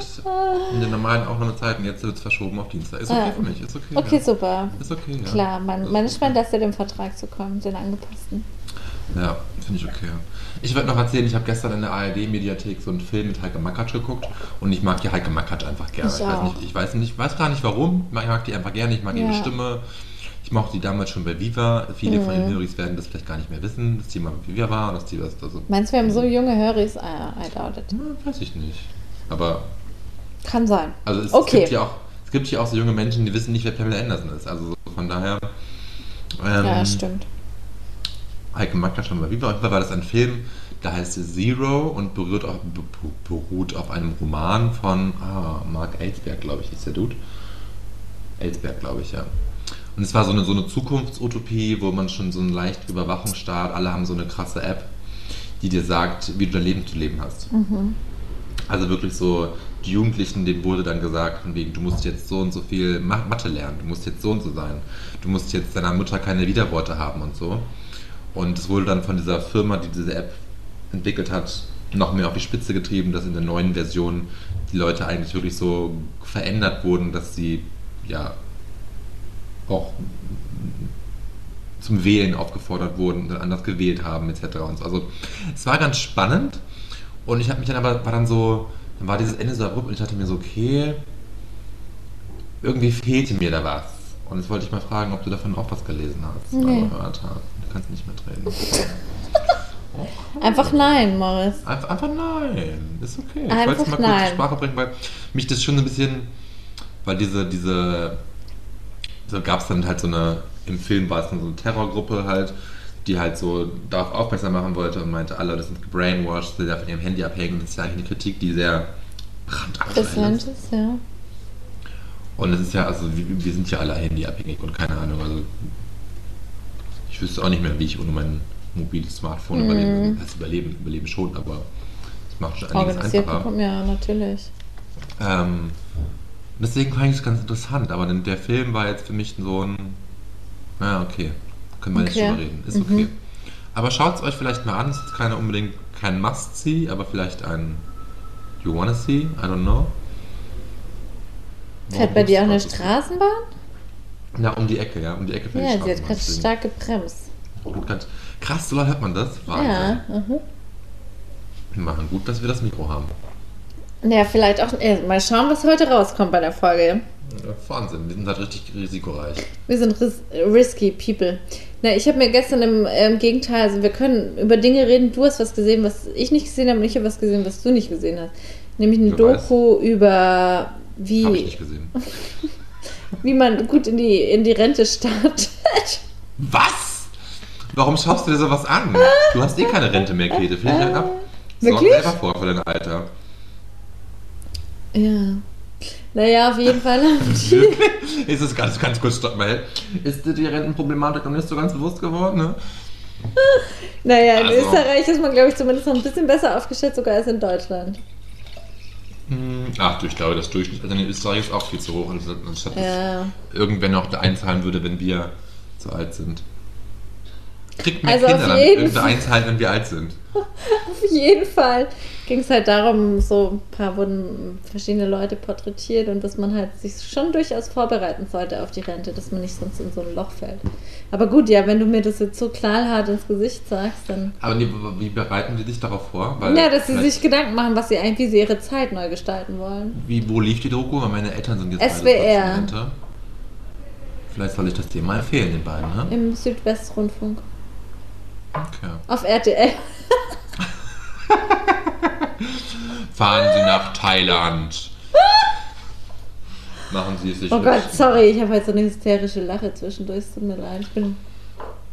Speaker 3: in den normalen Aufnahmezeiten, jetzt wird es verschoben auf Dienstag. Ist okay
Speaker 2: Ah.
Speaker 3: für mich, ist okay.
Speaker 2: Okay,
Speaker 3: ja.
Speaker 2: super.
Speaker 3: Ist okay, ja.
Speaker 2: Klar, mein Management lässt ja den Vertrag zu kommen, den angepassten.
Speaker 3: Ja, finde ich okay. Ich wollte noch erzählen, ich habe gestern in der ARD-Mediathek so einen Film mit Heike Makatsch geguckt und ich mag die Heike Makatsch einfach gerne.
Speaker 2: Ich
Speaker 3: weiß,
Speaker 2: auch.
Speaker 3: nicht, ich weiß, nicht, ich weiß gar nicht warum, ich mag die einfach gerne, ich mag
Speaker 2: Ja.
Speaker 3: ihre Stimme. Ich mochte die damals schon bei Viva. Viele von
Speaker 2: Mhm.
Speaker 3: den Höris werden das vielleicht gar nicht mehr wissen, dass die mal bei Viva war, dass die das also,
Speaker 2: Meinst du, wir haben so junge Höris? Ah, I doubt it.
Speaker 3: Na, weiß ich nicht. Aber
Speaker 2: Kann sein.
Speaker 3: also es, es
Speaker 2: Okay.
Speaker 3: gibt ja auch es gibt ja auch so junge Menschen, die wissen nicht, wer Pamela Anderson ist. Also so von daher ähm,
Speaker 2: ja, stimmt.
Speaker 3: Heike Makler schon mal wie bei euch war das ein Film, der heißt Zero und berührt auf, be- be- beruht auf einem Roman von ah, Mark Ellsberg, glaube ich, ist der Dude. Ellsberg, glaube ich, ja. Und es war so eine, so eine Zukunftsutopie, wo man schon so einen leichten Überwachungsstaat, alle haben so eine krasse App, die dir sagt, wie du dein Leben zu leben hast. Also wirklich so, die Jugendlichen, denen wurde dann gesagt, von wegen, du musst jetzt so und so viel Ma- Mathe lernen, du musst jetzt so und so sein, du musst jetzt deiner Mutter keine Widerworte haben und so. Und es wurde dann von dieser Firma, die diese App entwickelt hat, noch mehr auf die Spitze getrieben, dass in der neuen Version die Leute eigentlich wirklich so verändert wurden, dass sie ja auch zum Wählen aufgefordert wurden und dann anders gewählt haben etc. Und so. Also es war ganz spannend und ich habe mich dann aber war dann so, dann war dieses Ende so abrupt und ich dachte mir so, okay, irgendwie fehlte mir da was. Und jetzt wollte ich mal fragen, ob du davon auch was gelesen hast.
Speaker 2: Nee.
Speaker 3: oder gehört hast. Du kannst nicht mehr reden.
Speaker 2: Einfach nein, Morris.
Speaker 3: Einf einfach nein. Ist okay. ich
Speaker 2: Einfach
Speaker 3: wollte es mal kurz
Speaker 2: nein.
Speaker 3: zur Sprache bringen, weil mich das schon so ein bisschen. Weil diese, diese. So gab es dann halt so eine. Im Film war es dann so eine Terrorgruppe halt, die halt so darauf aufmerksam machen wollte und meinte, alle das sind gebrainwashed, sie darf von ihrem Handy abhängen. Das ist ja eigentlich eine Kritik, die sehr brandaktuell
Speaker 2: Präsent
Speaker 3: ist.
Speaker 2: ist, ja.
Speaker 3: Und es ist ja, also wir, wir sind ja alle handyabhängig und keine Ahnung. Also ich wüsste auch nicht mehr, wie ich ohne mein mobiles Smartphone
Speaker 2: Mhm.
Speaker 3: überleben würde. Das heißt, überleben, überleben schon, aber es macht schon einiges
Speaker 2: Organisiert
Speaker 3: einfacher.
Speaker 2: bekommen, ja, natürlich.
Speaker 3: Ähm, deswegen fand ich es ganz interessant, aber denn der Film war jetzt für mich so ein. Na, okay. Können wir nicht
Speaker 2: Okay.
Speaker 3: drüber reden. Ist
Speaker 2: Mhm.
Speaker 3: okay. Aber schaut es euch vielleicht mal an. Ist jetzt keine unbedingt kein Must-See, aber vielleicht ein You Wanna See? I don't know.
Speaker 2: Fährt
Speaker 3: Warum
Speaker 2: bei dir auch eine
Speaker 3: muss man das-
Speaker 2: Straßenbahn?
Speaker 3: Na, um die Ecke, ja. Um die Ecke fährt
Speaker 2: Ja,
Speaker 3: die
Speaker 2: sie hat gerade
Speaker 3: Straßenbahn.
Speaker 2: stark gebremst.
Speaker 3: Gut, ganz- Krass, so laut hört man das? Wahnsinn.
Speaker 2: Ja, mhm.
Speaker 3: Wir machen gut, dass wir das Mikro haben.
Speaker 2: Naja, vielleicht auch. eh, Mal schauen, was heute rauskommt bei der Folge.
Speaker 3: Wahnsinn, wir sind halt richtig risikoreich.
Speaker 2: Wir sind ris risky people. Na, ich habe mir gestern im, im Gegenteil, also wir können über Dinge reden. Du hast was gesehen, was ich nicht gesehen habe, und ich habe was gesehen, was du nicht gesehen hast. Nämlich eine
Speaker 3: Wer weiß.
Speaker 2: Doku über
Speaker 3: Habe ich
Speaker 2: wie,
Speaker 3: nicht gesehen.
Speaker 2: wie man gut in die, in die Rente startet.
Speaker 3: Was? Warum schaust du dir sowas an? Du hast eh keine Rente mehr, Käthe. Finde ich halt ab.
Speaker 2: Äh, Wirklich?
Speaker 3: Sorg selber vor für dein Alter.
Speaker 2: Ja. Naja, auf jeden Fall.
Speaker 3: Ist es ganz, ganz kurz, stopp mal. Ist dir die Rentenproblematik noch nicht so ganz bewusst geworden, ne?
Speaker 2: Naja, in
Speaker 3: Also.
Speaker 2: Österreich ist man, glaube ich, zumindest noch ein bisschen besser aufgestellt, sogar als in Deutschland.
Speaker 3: Hm, Ach du, ich glaube, das Durchschnittsalter in Österreich ist auch viel zu hoch. Also, Anstatt dass
Speaker 2: Ja.
Speaker 3: irgendwer noch da einzahlen würde, wenn wir zu alt sind. Kriegt mehr
Speaker 2: Also auf
Speaker 3: Kinder, damit
Speaker 2: jeden
Speaker 3: irgendwer
Speaker 2: Fall.
Speaker 3: einzahlt, wenn wir alt sind.
Speaker 2: Auf jeden Fall ging es halt darum, so ein paar wurden verschiedene Leute porträtiert und dass man halt sich schon durchaus vorbereiten sollte auf die Rente, dass man nicht sonst in so ein Loch fällt. Aber gut, ja, wenn du mir das jetzt so knallhart ins Gesicht sagst, dann.
Speaker 3: Aber nee, wie bereiten die sich darauf vor?
Speaker 2: Ja, dass sie
Speaker 3: vielleicht-
Speaker 2: sich Gedanken machen, was sie eigentlich, wie sie ihre Zeit neu gestalten wollen.
Speaker 3: Wie, wo lief die Doku? Weil meine Eltern sind jetzt beide
Speaker 2: SWR.
Speaker 3: kurz in Rente. Vielleicht soll ich das dir mal empfehlen, den beiden, ne?
Speaker 2: Im Südwestrundfunk.
Speaker 3: Okay.
Speaker 2: Auf RTL.
Speaker 3: Fahren Sie nach Thailand. Machen Sie es sich
Speaker 2: Oh
Speaker 3: hübsch.
Speaker 2: Gott, sorry, ich habe halt so eine hysterische Lache zwischendurch. Es tut mir leid, ich bin,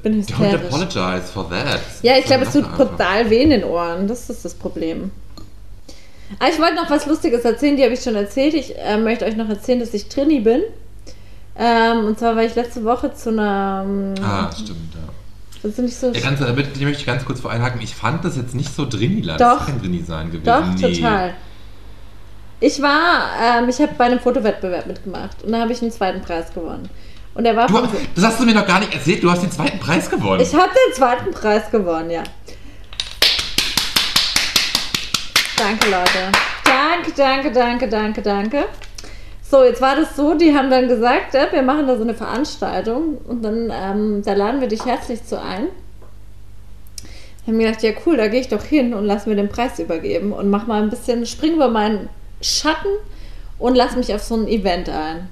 Speaker 2: bin
Speaker 3: Don't
Speaker 2: hysterisch.
Speaker 3: apologize for that.
Speaker 2: Ja, ich glaube, es tut
Speaker 3: Einfach.
Speaker 2: brutal weh in den Ohren. Das ist das Problem. Ah, ich wollte noch was Lustiges erzählen, die habe ich schon erzählt. Ich äh, möchte euch noch erzählen, dass ich Trini bin. Ähm, und zwar war ich letzte Woche zu einer. ähm,
Speaker 3: Ah, stimmt, ja.
Speaker 2: Das ist nicht so.
Speaker 3: ja ganz, damit möchte ich ganz kurz vor einhaken. Ich fand das jetzt nicht so Drinila.
Speaker 2: Doch.
Speaker 3: Das kann Drini sein gewesen.
Speaker 2: Doch,
Speaker 3: nee.
Speaker 2: total. Ich war, ähm, ich habe bei einem Fotowettbewerb mitgemacht und da habe ich einen zweiten Preis gewonnen. Und der war
Speaker 3: Du,
Speaker 2: von-
Speaker 3: das hast du mir noch gar nicht erzählt. Du hast den zweiten Preis gewonnen.
Speaker 2: Ich habe den zweiten Preis gewonnen, ja. Danke, Leute. Danke, danke, danke, danke, danke. So, jetzt war das so, die haben dann gesagt, äh, wir machen da so eine Veranstaltung und dann, ähm, da laden wir dich herzlich zu ein. Ich habe mir gedacht, ja cool, da gehe ich doch hin und lass mir den Preis übergeben und mach mal ein bisschen, spring über meinen Schatten und lass mich auf so ein Event ein.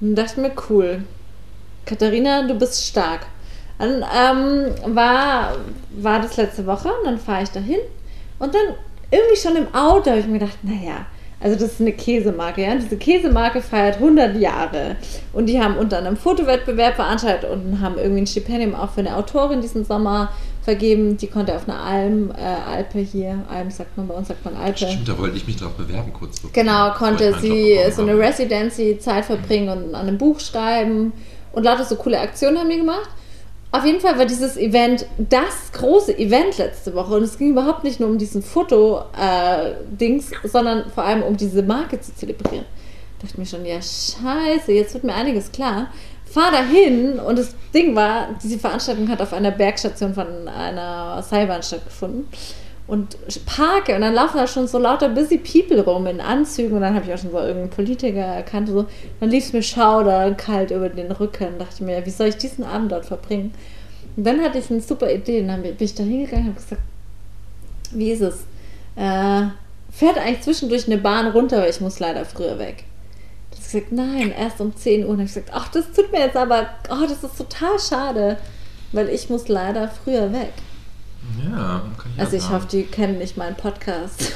Speaker 2: Und dachte mir, cool. Katharina, du bist stark. Dann ähm, war, war das letzte Woche und dann fahre ich dahin und dann irgendwie schon im Auto habe ich mir gedacht, naja, also das ist eine Käsemarke, ja. Diese Käsemarke feiert 100 Jahre und die haben unter einem Fotowettbewerb veranstaltet und haben irgendwie ein Stipendium auch für eine Autorin diesen Sommer vergeben. Die konnte auf einer Alm, äh, Alpe hier, Alm sagt man bei uns, sagt man Alpe.
Speaker 3: Stimmt, da wollte ich mich drauf bewerben kurz. bevor-
Speaker 2: Genau,
Speaker 3: bevor ich
Speaker 2: konnte
Speaker 3: meinen Job
Speaker 2: sie
Speaker 3: bekommen genau.
Speaker 2: so eine
Speaker 3: habe.
Speaker 2: Residency-Zeit verbringen und an einem Buch schreiben und lauter so coole Aktionen haben die gemacht. Auf jeden Fall war dieses Event das große Event letzte Woche und es ging überhaupt nicht nur um diesen Foto-Dings, sondern vor allem um diese Marke zu zelebrieren. Dachte mir schon, ja scheiße, jetzt wird mir einiges klar. Fahr dahin und das Ding war, diese Veranstaltung hat auf einer Bergstation von einer Seilbahn stattgefunden und parke und dann laufen da schon so lauter busy people rum in Anzügen und dann habe ich auch schon so irgendeinen Politiker erkannt und so. Dann lief es mir schaudernd kalt über den Rücken dachte mir, wie soll ich diesen Abend dort verbringen? Und dann hatte ich eine super Idee und dann bin ich da hingegangen und habe gesagt, wie ist es? Äh, fährt eigentlich zwischendurch eine Bahn runter, aber ich muss leider früher weg. Dann hat sie gesagt, nein, erst um 10 Uhr. Und dann habe ich gesagt, ach, das tut mir jetzt aber, oh, das ist total schade, weil ich muss leider früher weg.
Speaker 3: Ja, kann ich
Speaker 2: Also
Speaker 3: auch
Speaker 2: ich
Speaker 3: sagen.
Speaker 2: hoffe, die kennen nicht meinen Podcast.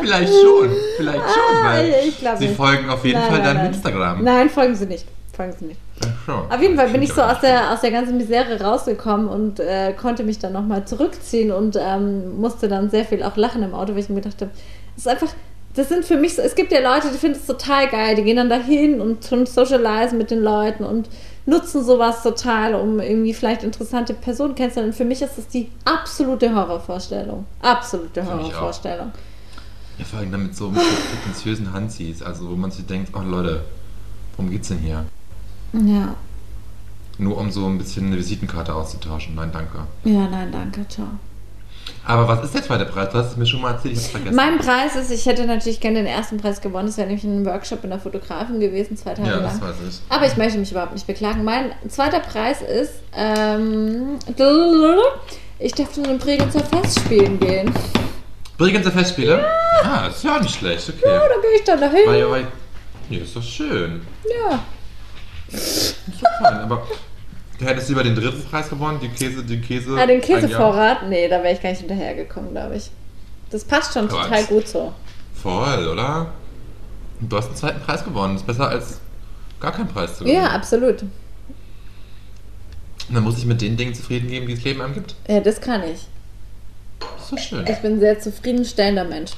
Speaker 3: Vielleicht schon, vielleicht schon, weil
Speaker 2: Ah, ich glaub
Speaker 3: sie
Speaker 2: nicht.
Speaker 3: folgen auf jeden
Speaker 2: Nein,
Speaker 3: Fall
Speaker 2: nein,
Speaker 3: deinem
Speaker 2: nein.
Speaker 3: Instagram.
Speaker 2: Nein, folgen sie nicht. Folgen sie nicht.
Speaker 3: Ach so.
Speaker 2: Auf jeden Fall bin
Speaker 3: Klingt
Speaker 2: ich so
Speaker 3: doch
Speaker 2: aus der, aus der ganzen Misere rausgekommen und äh, konnte mich dann nochmal zurückziehen und ähm, musste dann sehr viel auch lachen im Auto, weil ich mir gedacht habe, es ist einfach, das sind für mich so, es gibt ja Leute, die finden es total geil, die gehen dann dahin und tun socialisen mit den Leuten und nutzen sowas total, um irgendwie vielleicht interessante Personen kennenzulernen. Und für mich ist das die absolute Horrorvorstellung. Absolute
Speaker 3: Für mich auch.
Speaker 2: Horrorvorstellung.
Speaker 3: Ja, vor allem dann mit so einem prätentiösen Hansis, also wo man sich denkt, oh Leute, worum geht's denn hier?
Speaker 2: Ja.
Speaker 3: Nur um so ein bisschen eine Visitenkarte auszutauschen. Nein, danke.
Speaker 2: Ja, nein, danke, ciao.
Speaker 3: Aber was ist der zweite Preis? Du hast es mir schon mal erzählt, ich hab's vergessen.
Speaker 2: Mein Preis ist, ich hätte natürlich gerne den ersten Preis gewonnen. Das wäre nämlich ein Workshop in der Fotografin gewesen, zwei Tage
Speaker 3: ja, das
Speaker 2: lang.
Speaker 3: weiß ich.
Speaker 2: Aber ich möchte mich überhaupt nicht beklagen. Mein zweiter Preis ist, ähm, ich darf in den Bregenzer Fest spielen gehen.
Speaker 3: Bregenzer Festspiele? Ah, ist ja auch nicht schlecht, okay.
Speaker 2: Ja, Oh, da gehe ich dann dahin.
Speaker 3: Weil, weil, ja, ist doch schön.
Speaker 2: Ja.
Speaker 3: Ist doch fein, aber du hättest lieber den dritten Preis gewonnen, die Käse, die Käse.
Speaker 2: Ah, den
Speaker 3: ein Jahr-
Speaker 2: Käsevorrat? Nee, da wäre ich gar nicht hinterhergekommen, glaube ich. Das passt schon
Speaker 3: Quatsch.
Speaker 2: total gut so.
Speaker 3: Voll, oder? Du hast den zweiten Preis gewonnen. Ist besser als gar keinen Preis zu gewinnen.
Speaker 2: Ja, absolut.
Speaker 3: Und dann muss ich mit den Dingen zufrieden geben, die das Leben einem gibt.
Speaker 2: Ja, das kann ich.
Speaker 3: Das ist doch schön.
Speaker 2: Ich bin ein sehr zufriedenstellender Mensch.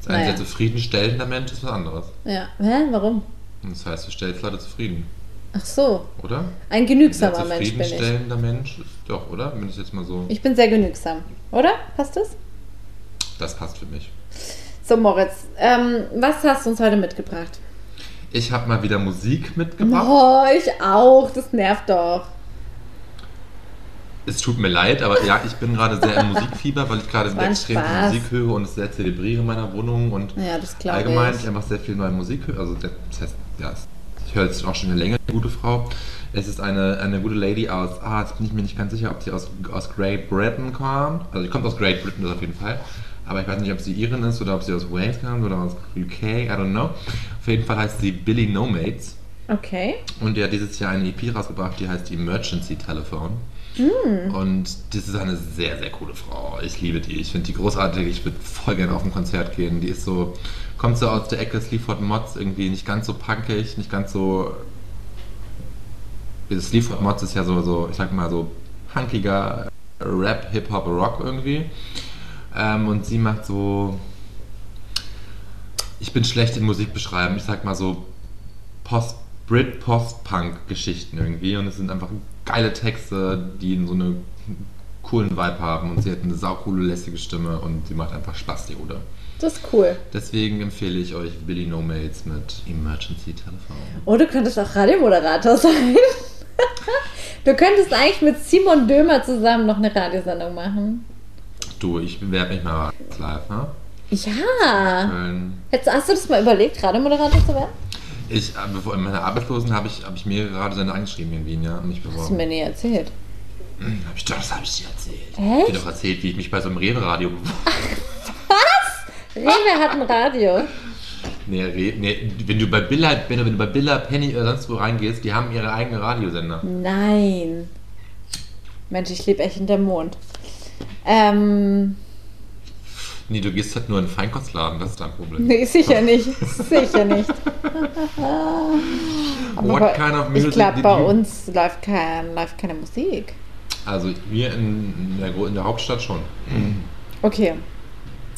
Speaker 3: Ist ein
Speaker 2: naja.
Speaker 3: sehr zufriedenstellender Mensch ist was anderes.
Speaker 2: Ja. Hä? Warum?
Speaker 3: Und das heißt, du stellst Leute zufrieden,
Speaker 2: Ach so.
Speaker 3: oder?
Speaker 2: Ein
Speaker 3: Ein sehr
Speaker 2: genügsamer Mensch bin ich.
Speaker 3: zufriedenstellender Mensch ist doch, oder? Wenn ich jetzt mal so.
Speaker 2: Ich bin sehr genügsam, oder? Passt das?
Speaker 3: Das passt für mich.
Speaker 2: So, Moritz, ähm, was hast du uns heute mitgebracht?
Speaker 3: Ich habe mal wieder Musik mitgebracht.
Speaker 2: Oh, ich auch, das nervt doch.
Speaker 3: Es tut mir leid, aber ja, ich bin gerade sehr im Musikfieber, weil ich gerade
Speaker 2: war ein
Speaker 3: extrem viel
Speaker 2: Spaß.
Speaker 3: Musik höre und es sehr zelebriere in meiner Wohnung und
Speaker 2: Ja, das glaube
Speaker 3: allgemein
Speaker 2: ich.
Speaker 3: ich einfach sehr viel neue Musik höre. Also das heißt, ja, es- ich höre jetzt auch schon eine Länge, eine gute Frau. Es ist eine, eine gute Lady aus, ah, jetzt bin ich mir nicht ganz sicher, ob sie aus, aus Great Britain kommt. Also sie kommt aus Great Britain, das auf jeden Fall. Aber ich weiß nicht, ob sie Irin ist oder ob sie aus Wales kommt oder aus UK, I don't know. Auf jeden Fall heißt sie Billy Nomates.
Speaker 2: Okay.
Speaker 3: Und er hat dieses Jahr eine EP rausgebracht, die heißt Emergency Telephone. Und das ist eine sehr, sehr coole Frau. Ich liebe die. Ich finde die großartig. Ich würde voll gerne auf ein Konzert gehen. Die ist so, kommt so aus der Ecke Sleaford Mods, irgendwie nicht ganz so punkig, nicht ganz so. Das Sleaford Mods ist ja so, so, ich sag mal, so punkiger Rap, Hip-Hop, Rock irgendwie. Ähm, und sie macht so. Ich bin schlecht in Musik beschreiben. Ich sag mal so Post Brit Post Punk Geschichten irgendwie und es sind einfach geile Texte, die so eine coolen Vibe haben und sie hat eine saukoole lässige Stimme und sie macht einfach Spaß die Ode.
Speaker 2: Das ist cool.
Speaker 3: Deswegen empfehle ich euch Billy No Mates mit Emergency Telephone.
Speaker 2: Oh, du könntest auch Radiomoderator sein. du könntest eigentlich mit Simon Dömer zusammen noch eine Radiosendung machen.
Speaker 3: Du, ich bewerbe mich mal als live, ne?
Speaker 2: Ja.
Speaker 3: Köln.
Speaker 2: Jetzt hast du das mal überlegt, Radiomoderator zu werden?
Speaker 3: Ich, äh, bevor in meiner Arbeitslosen habe ich, habe ich mir gerade seine angeschrieben in Wien, ja, und mich
Speaker 2: Hast du
Speaker 3: beworben.
Speaker 2: mir nie erzählt.
Speaker 3: Hab ich doch, das habe ich dir erzählt. Ich
Speaker 2: Echt?
Speaker 3: dir doch erzählt, wie ich mich bei so einem Rewe-Radio beworben
Speaker 2: Rewe hat ein Radio.
Speaker 3: Nee, Re- nee, wenn du bei Billa, wenn du, wenn du bei Billa, Penny oder sonst wo reingehst, die haben ihre eigenen Radiosender.
Speaker 2: Nein. Mensch, ich lebe echt hinterm Mond. Ähm,
Speaker 3: Nee, du gehst halt nur in den Feinkostladen, das ist dein Problem.
Speaker 2: nee, sicher nicht. Sicher nicht. Aber
Speaker 3: What kind of music
Speaker 2: ich glaube,
Speaker 3: did
Speaker 2: bei
Speaker 3: you-
Speaker 2: uns läuft, kein, läuft keine Musik.
Speaker 3: Also wir in, in, der, Gro- in der Hauptstadt schon.
Speaker 2: Okay,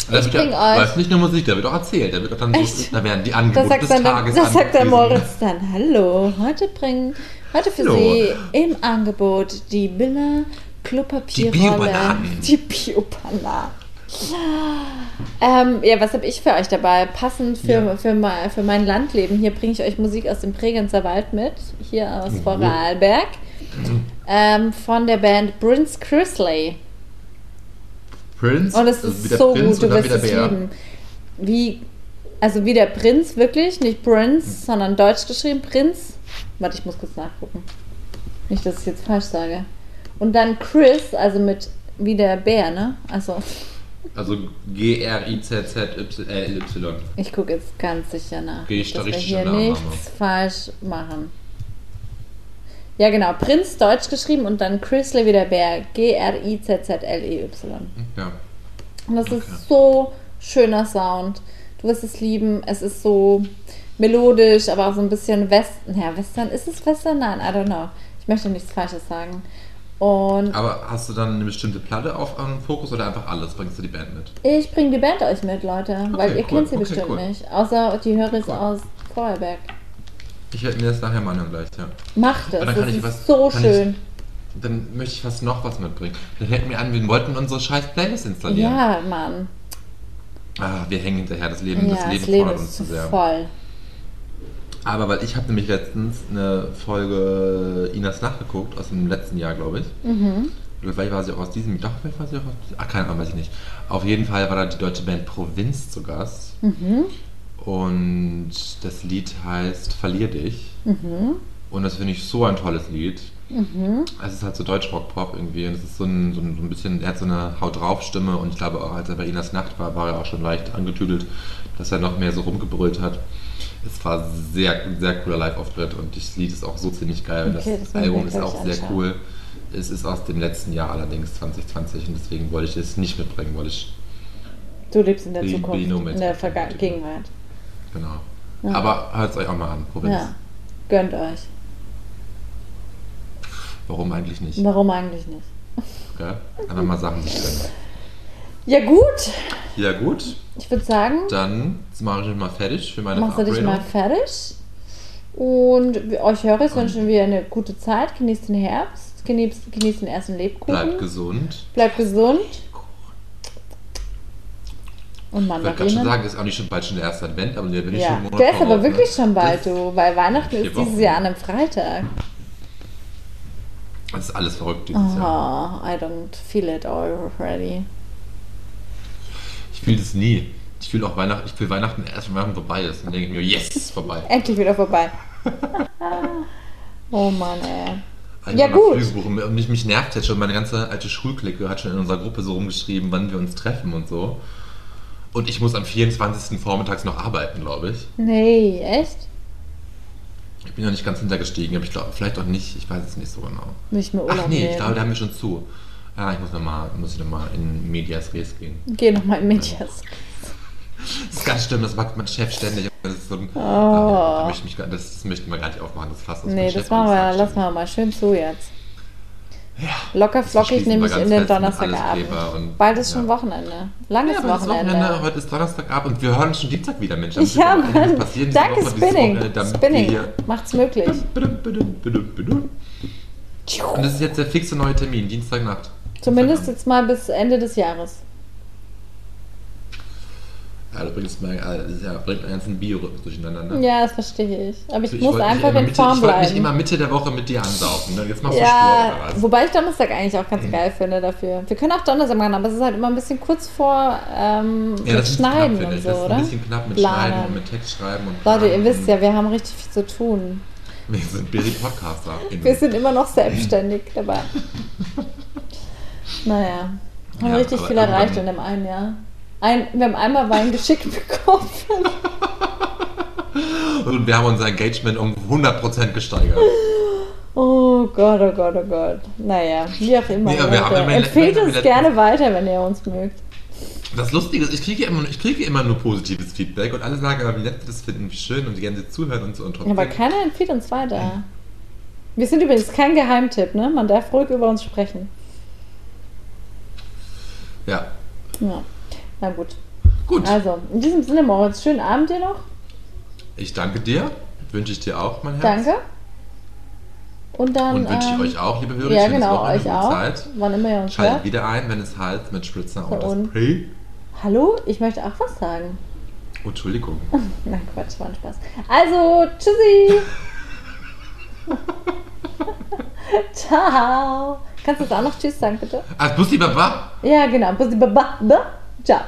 Speaker 3: Da wird ja,
Speaker 2: bring euch-
Speaker 3: läuft nicht nur Musik, da wird auch erzählt, da wird auch dann so,
Speaker 2: Echt?
Speaker 3: da werden die
Speaker 2: das
Speaker 3: Angebote
Speaker 2: sagt,
Speaker 3: des
Speaker 2: dann,
Speaker 3: Tages
Speaker 2: das sagt der
Speaker 3: angepriesen.
Speaker 2: Moritz dann. Hallo, heute bringen, heute für
Speaker 3: Hallo.
Speaker 2: Sie im Angebot die Billa Klopapierrolle.
Speaker 3: Bio-Bananen.
Speaker 2: Die Biobananen. Ähm, ja, was habe ich für euch dabei? Passend für,
Speaker 3: Ja.
Speaker 2: für, mein, für mein Landleben. Hier bringe ich euch Musik aus dem Bregenzer Wald mit, hier aus
Speaker 3: Mhm.
Speaker 2: Vorarlberg, ähm, von der Band Prince Chrisley.
Speaker 3: Prince.
Speaker 2: Und es
Speaker 3: also
Speaker 2: Oh, ist
Speaker 3: wieder
Speaker 2: so
Speaker 3: Prince
Speaker 2: gut, du
Speaker 3: und dann
Speaker 2: wirst
Speaker 3: wieder
Speaker 2: es
Speaker 3: Bär.
Speaker 2: lieben. Wie, also wie der Prinz wirklich, nicht Prince, sondern deutsch geschrieben Prinz. Warte, ich muss kurz nachgucken. Nicht, dass ich jetzt falsch sage. Und dann Chris, also mit wie der Bär, ne? Also
Speaker 3: Also G-R-I-Z-Z-Y.
Speaker 2: ich gucke jetzt ganz sicher nach,
Speaker 3: Geh ich da
Speaker 2: dass wir
Speaker 3: richtig
Speaker 2: hier
Speaker 3: in der Annahme?
Speaker 2: nichts falsch machen. Ja, genau. Prinz deutsch geschrieben und dann Chrisley wie der Bär. E G-R-I-Z-Z-L-E-Y.
Speaker 3: Ja.
Speaker 2: Und das
Speaker 3: Okay.
Speaker 2: ist so schöner Sound. Du wirst es lieben. Es ist so melodisch, aber auch so ein bisschen Western. Ja, Western. Ist es Western? Nein, I don't know. Ich möchte nichts Falsches sagen. Und
Speaker 3: Aber hast du dann eine bestimmte Platte auf am Fokus oder einfach alles? Bringst du die Band mit?
Speaker 2: ich bringe die Band euch mit, Leute. weil ihr
Speaker 3: cool.
Speaker 2: kennt sie
Speaker 3: Okay,
Speaker 2: bestimmt
Speaker 3: cool.
Speaker 2: nicht. Außer die höre ich
Speaker 3: Cool.
Speaker 2: aus Feuerberg.
Speaker 3: Ich werde mir das nachher mal anhören gleich, ja.
Speaker 2: Macht es.
Speaker 3: Aber dann
Speaker 2: Das
Speaker 3: kann ich
Speaker 2: ist
Speaker 3: was-
Speaker 2: so
Speaker 3: kann ich-
Speaker 2: schön.
Speaker 3: Dann möchte ich fast noch was mitbringen. Dann fällt mir an, wir wollten unsere scheiß Playlist installieren.
Speaker 2: Ja, Mann.
Speaker 3: Ah, wir hängen hinterher, das Leben,
Speaker 2: Ja,
Speaker 3: das Leben, fordert uns zu sehr.
Speaker 2: voll.
Speaker 3: Aber weil ich habe nämlich letztens eine Folge Inas nachgeguckt, aus dem letzten Jahr, glaube ich.
Speaker 2: Mhm.
Speaker 3: Oder vielleicht war sie auch aus diesem, doch, vielleicht war sie auch aus diesem, ah, keine Ahnung, weiß ich nicht. Auf jeden Fall war da die deutsche Band Provinz zu Gast.
Speaker 2: Mhm.
Speaker 3: Und das Lied heißt Verlier dich.
Speaker 2: Mhm.
Speaker 3: Und das finde ich so ein tolles Lied.
Speaker 2: Mhm.
Speaker 3: Es ist halt so Deutschrock-Pop irgendwie. Und es ist so ein, so, ein, so ein bisschen, er hat so eine Haut-drauf-Stimme. Und ich glaube auch, als er bei Inas Nacht war, war er auch schon leicht angetüdelt, dass er noch mehr so rumgebrüllt hat. Es war sehr, sehr cooler Live-Auftritt. Und das Lied ist auch so ziemlich geil. Und
Speaker 2: Okay, das
Speaker 3: das,
Speaker 2: muss ich mir
Speaker 3: Album ist
Speaker 2: gleich
Speaker 3: auch sehr
Speaker 2: anschauen.
Speaker 3: cool. Es ist aus dem letzten Jahr allerdings, 2020. Und deswegen wollte ich es nicht mitbringen, weil ich
Speaker 2: Du lebst in der
Speaker 3: Be-
Speaker 2: Zukunft,
Speaker 3: Benomet.
Speaker 2: in der Verga Gegenwart.
Speaker 3: Genau.
Speaker 2: Ja.
Speaker 3: Aber hört es euch auch mal an, Provinz.
Speaker 2: Ja, gönnt euch.
Speaker 3: Warum eigentlich nicht?
Speaker 2: Warum eigentlich nicht?
Speaker 3: Gell? Einfach mal Sachen sich gönnen.
Speaker 2: Ja gut,
Speaker 3: Ja gut,
Speaker 2: ich würde sagen,
Speaker 3: dann mache ich mich mal fertig für meine
Speaker 2: machst du dich mal fertig. Und wir- euch Höris
Speaker 3: Und-
Speaker 2: wünschen wir eine gute Zeit. Genießt den Herbst, genießt, genießt den ersten Lebkuchen.
Speaker 3: Bleibt gesund.
Speaker 2: Bleibt gesund. Und
Speaker 3: Ich wollte gerade schon
Speaker 2: Mandarinen.
Speaker 3: sagen, ist auch nicht schon bald schon der erste Advent, aber der bin ich schon
Speaker 2: Ja,
Speaker 3: einen Monat
Speaker 2: der ist aber
Speaker 3: voraus, ne?
Speaker 2: wirklich schon bald, du, weil Weihnachten
Speaker 3: Vier
Speaker 2: ist dieses
Speaker 3: Wochen.
Speaker 2: Jahr an einem Freitag.
Speaker 3: Das ist alles verrückt dieses Jahr.
Speaker 2: Oh, I don't feel it already.
Speaker 3: Ich fühle das nie. Ich fühle auch Weihnachten, ich fühle Weihnachten erst, wenn Weihnachten vorbei ist. Dann denke ich mir, yes, ist vorbei.
Speaker 2: Endlich wieder vorbei. oh Mann, ey.
Speaker 3: Ich
Speaker 2: Ja,
Speaker 3: hab noch
Speaker 2: gut.
Speaker 3: Flüge buchen. Und mich, mich nervt jetzt schon, meine ganze alte Schulklicke hat schon in unserer Gruppe so rumgeschrieben, wann wir uns treffen und so. Und ich muss am 24. vormittags noch arbeiten, glaube ich.
Speaker 2: Nee, echt?
Speaker 3: Ich bin noch nicht ganz hintergestiegen, aber ich glaube, vielleicht auch nicht. Ich weiß es nicht so genau.
Speaker 2: Nicht mehr Urlaub
Speaker 3: Ach nee, ich
Speaker 2: nehmen.
Speaker 3: glaube, da haben wir schon zu. Ja, ich muss nochmal muss ich noch mal in Medias Res gehen.
Speaker 2: Geh nochmal in Medias.
Speaker 3: Das ist ganz schlimm, das macht mein Chef ständig. Das ist so ein, oh.
Speaker 2: Oh.
Speaker 3: da möchte ich mich, gar- das möchten wir gar nicht aufmachen, das halt Fass. mein
Speaker 2: Nee,
Speaker 3: Chef
Speaker 2: das machen wir,
Speaker 3: alles
Speaker 2: lass
Speaker 3: sagt
Speaker 2: mal mal schön zu jetzt.
Speaker 3: ständig. Ja.
Speaker 2: Locker flockig
Speaker 3: schließen wir
Speaker 2: nämlich
Speaker 3: ganz
Speaker 2: in den
Speaker 3: fest mit alles
Speaker 2: Donnerstagabend.
Speaker 3: Kleber und-
Speaker 2: Bald ist schon
Speaker 3: ja.
Speaker 2: Wochenende. Langes
Speaker 3: Ja, aber das
Speaker 2: Wochenende.
Speaker 3: Wochenende, heute ist Donnerstagabend und wir hören uns schon Dienstag wieder, Mensch.
Speaker 2: ja,
Speaker 3: Damit wir
Speaker 2: Mann.
Speaker 3: alles passieren diese
Speaker 2: Danke,
Speaker 3: Woche, dieses
Speaker 2: Spinning.
Speaker 3: Wochenende, damit
Speaker 2: Spinning.
Speaker 3: wir-
Speaker 2: Macht's möglich.
Speaker 3: Und das ist jetzt der fixe neue Termin, Dienstagnacht.
Speaker 2: Zumindest jetzt mal bis Ende des Jahres.
Speaker 3: Ja, äh, das bringt mein, ja, bringt meinen ganzen Biorhythmus durcheinander. Ne?
Speaker 2: Ja, das verstehe ich. Aber ich,
Speaker 3: Also Ich
Speaker 2: muss
Speaker 3: wollte mich
Speaker 2: einfach
Speaker 3: immer
Speaker 2: in
Speaker 3: Mitte,
Speaker 2: Form
Speaker 3: ich wollte mich
Speaker 2: bleiben.
Speaker 3: immer Mitte der Woche mit dir ansaufen. Ne? Jetzt machst du Sport
Speaker 2: Ja,
Speaker 3: oder was? Hm.
Speaker 2: wobei ich Donnerstag eigentlich auch ganz geil finde dafür. Wir können auch Donnerstag machen, aber es ist halt immer ein bisschen kurz vor ähm,
Speaker 3: ja,
Speaker 2: mit
Speaker 3: das ist
Speaker 2: Schneiden
Speaker 3: knapp, finde
Speaker 2: und
Speaker 3: ich.
Speaker 2: so,
Speaker 3: das ist
Speaker 2: oder?
Speaker 3: ein bisschen knapp mit
Speaker 2: Planen.
Speaker 3: Schneiden und mit Text schreiben. Und
Speaker 2: Leute, ihr
Speaker 3: planen.
Speaker 2: wisst ja, wir haben richtig viel zu tun.
Speaker 3: Wir sind busy Podcaster.
Speaker 2: Wir sind immer noch selbstständig dabei. Naja, haben
Speaker 3: Ja,
Speaker 2: richtig
Speaker 3: aber
Speaker 2: viel erreicht in
Speaker 3: irgendwann-
Speaker 2: dem einen Jahr. Ein, wir haben einmal Wein geschickt bekommen.
Speaker 3: und wir haben unser Engagement um 100% gesteigert.
Speaker 2: Oh Gott, oh Gott, oh Gott. Naja, wie auch immer.
Speaker 3: Ja, wir
Speaker 2: Leute.
Speaker 3: haben immer-
Speaker 2: Empfehlt
Speaker 3: wir haben
Speaker 2: uns
Speaker 3: letztens-
Speaker 2: gerne weiter, wenn ihr uns mögt.
Speaker 3: Das Lustige ist, ich kriege, immer, ich kriege immer nur positives Feedback und alle sagen, aber wie nett sie das finden, wie schön und die gerne zuhören und so. Und trotzdem.
Speaker 2: Aber keiner empfiehlt uns weiter. Wir sind übrigens kein Geheimtipp, ne? Man darf ruhig über uns sprechen.
Speaker 3: ja,
Speaker 2: Ja. Na gut.
Speaker 3: gut.
Speaker 2: Also, in diesem Sinne, Moritz, schönen Abend dir noch.
Speaker 3: Ich danke dir, wünsche ich dir auch, mein Herz.
Speaker 2: Danke. Und dann.
Speaker 3: Und wünsche ich
Speaker 2: ähm,
Speaker 3: euch auch, liebe Hörer,
Speaker 2: Ja,
Speaker 3: schönes
Speaker 2: genau,
Speaker 3: Wochenende,
Speaker 2: euch
Speaker 3: gute
Speaker 2: auch.
Speaker 3: Zeit.
Speaker 2: Wann immer ihr uns
Speaker 3: Schaltet
Speaker 2: hört.
Speaker 3: wieder ein, wenn es heilt, mit Spritzer
Speaker 2: Und-
Speaker 3: und das Pre.
Speaker 2: Hallo, ich möchte auch was sagen.
Speaker 3: Oh, Entschuldigung.
Speaker 2: Na Quatsch, war ein Spaß. Also, tschüssi. Ciao. Kannst du das auch noch Tschüss sagen, bitte?
Speaker 3: Ah, Bussi Baba!
Speaker 2: Ja, genau. Bussi, baba, ba. Ciao.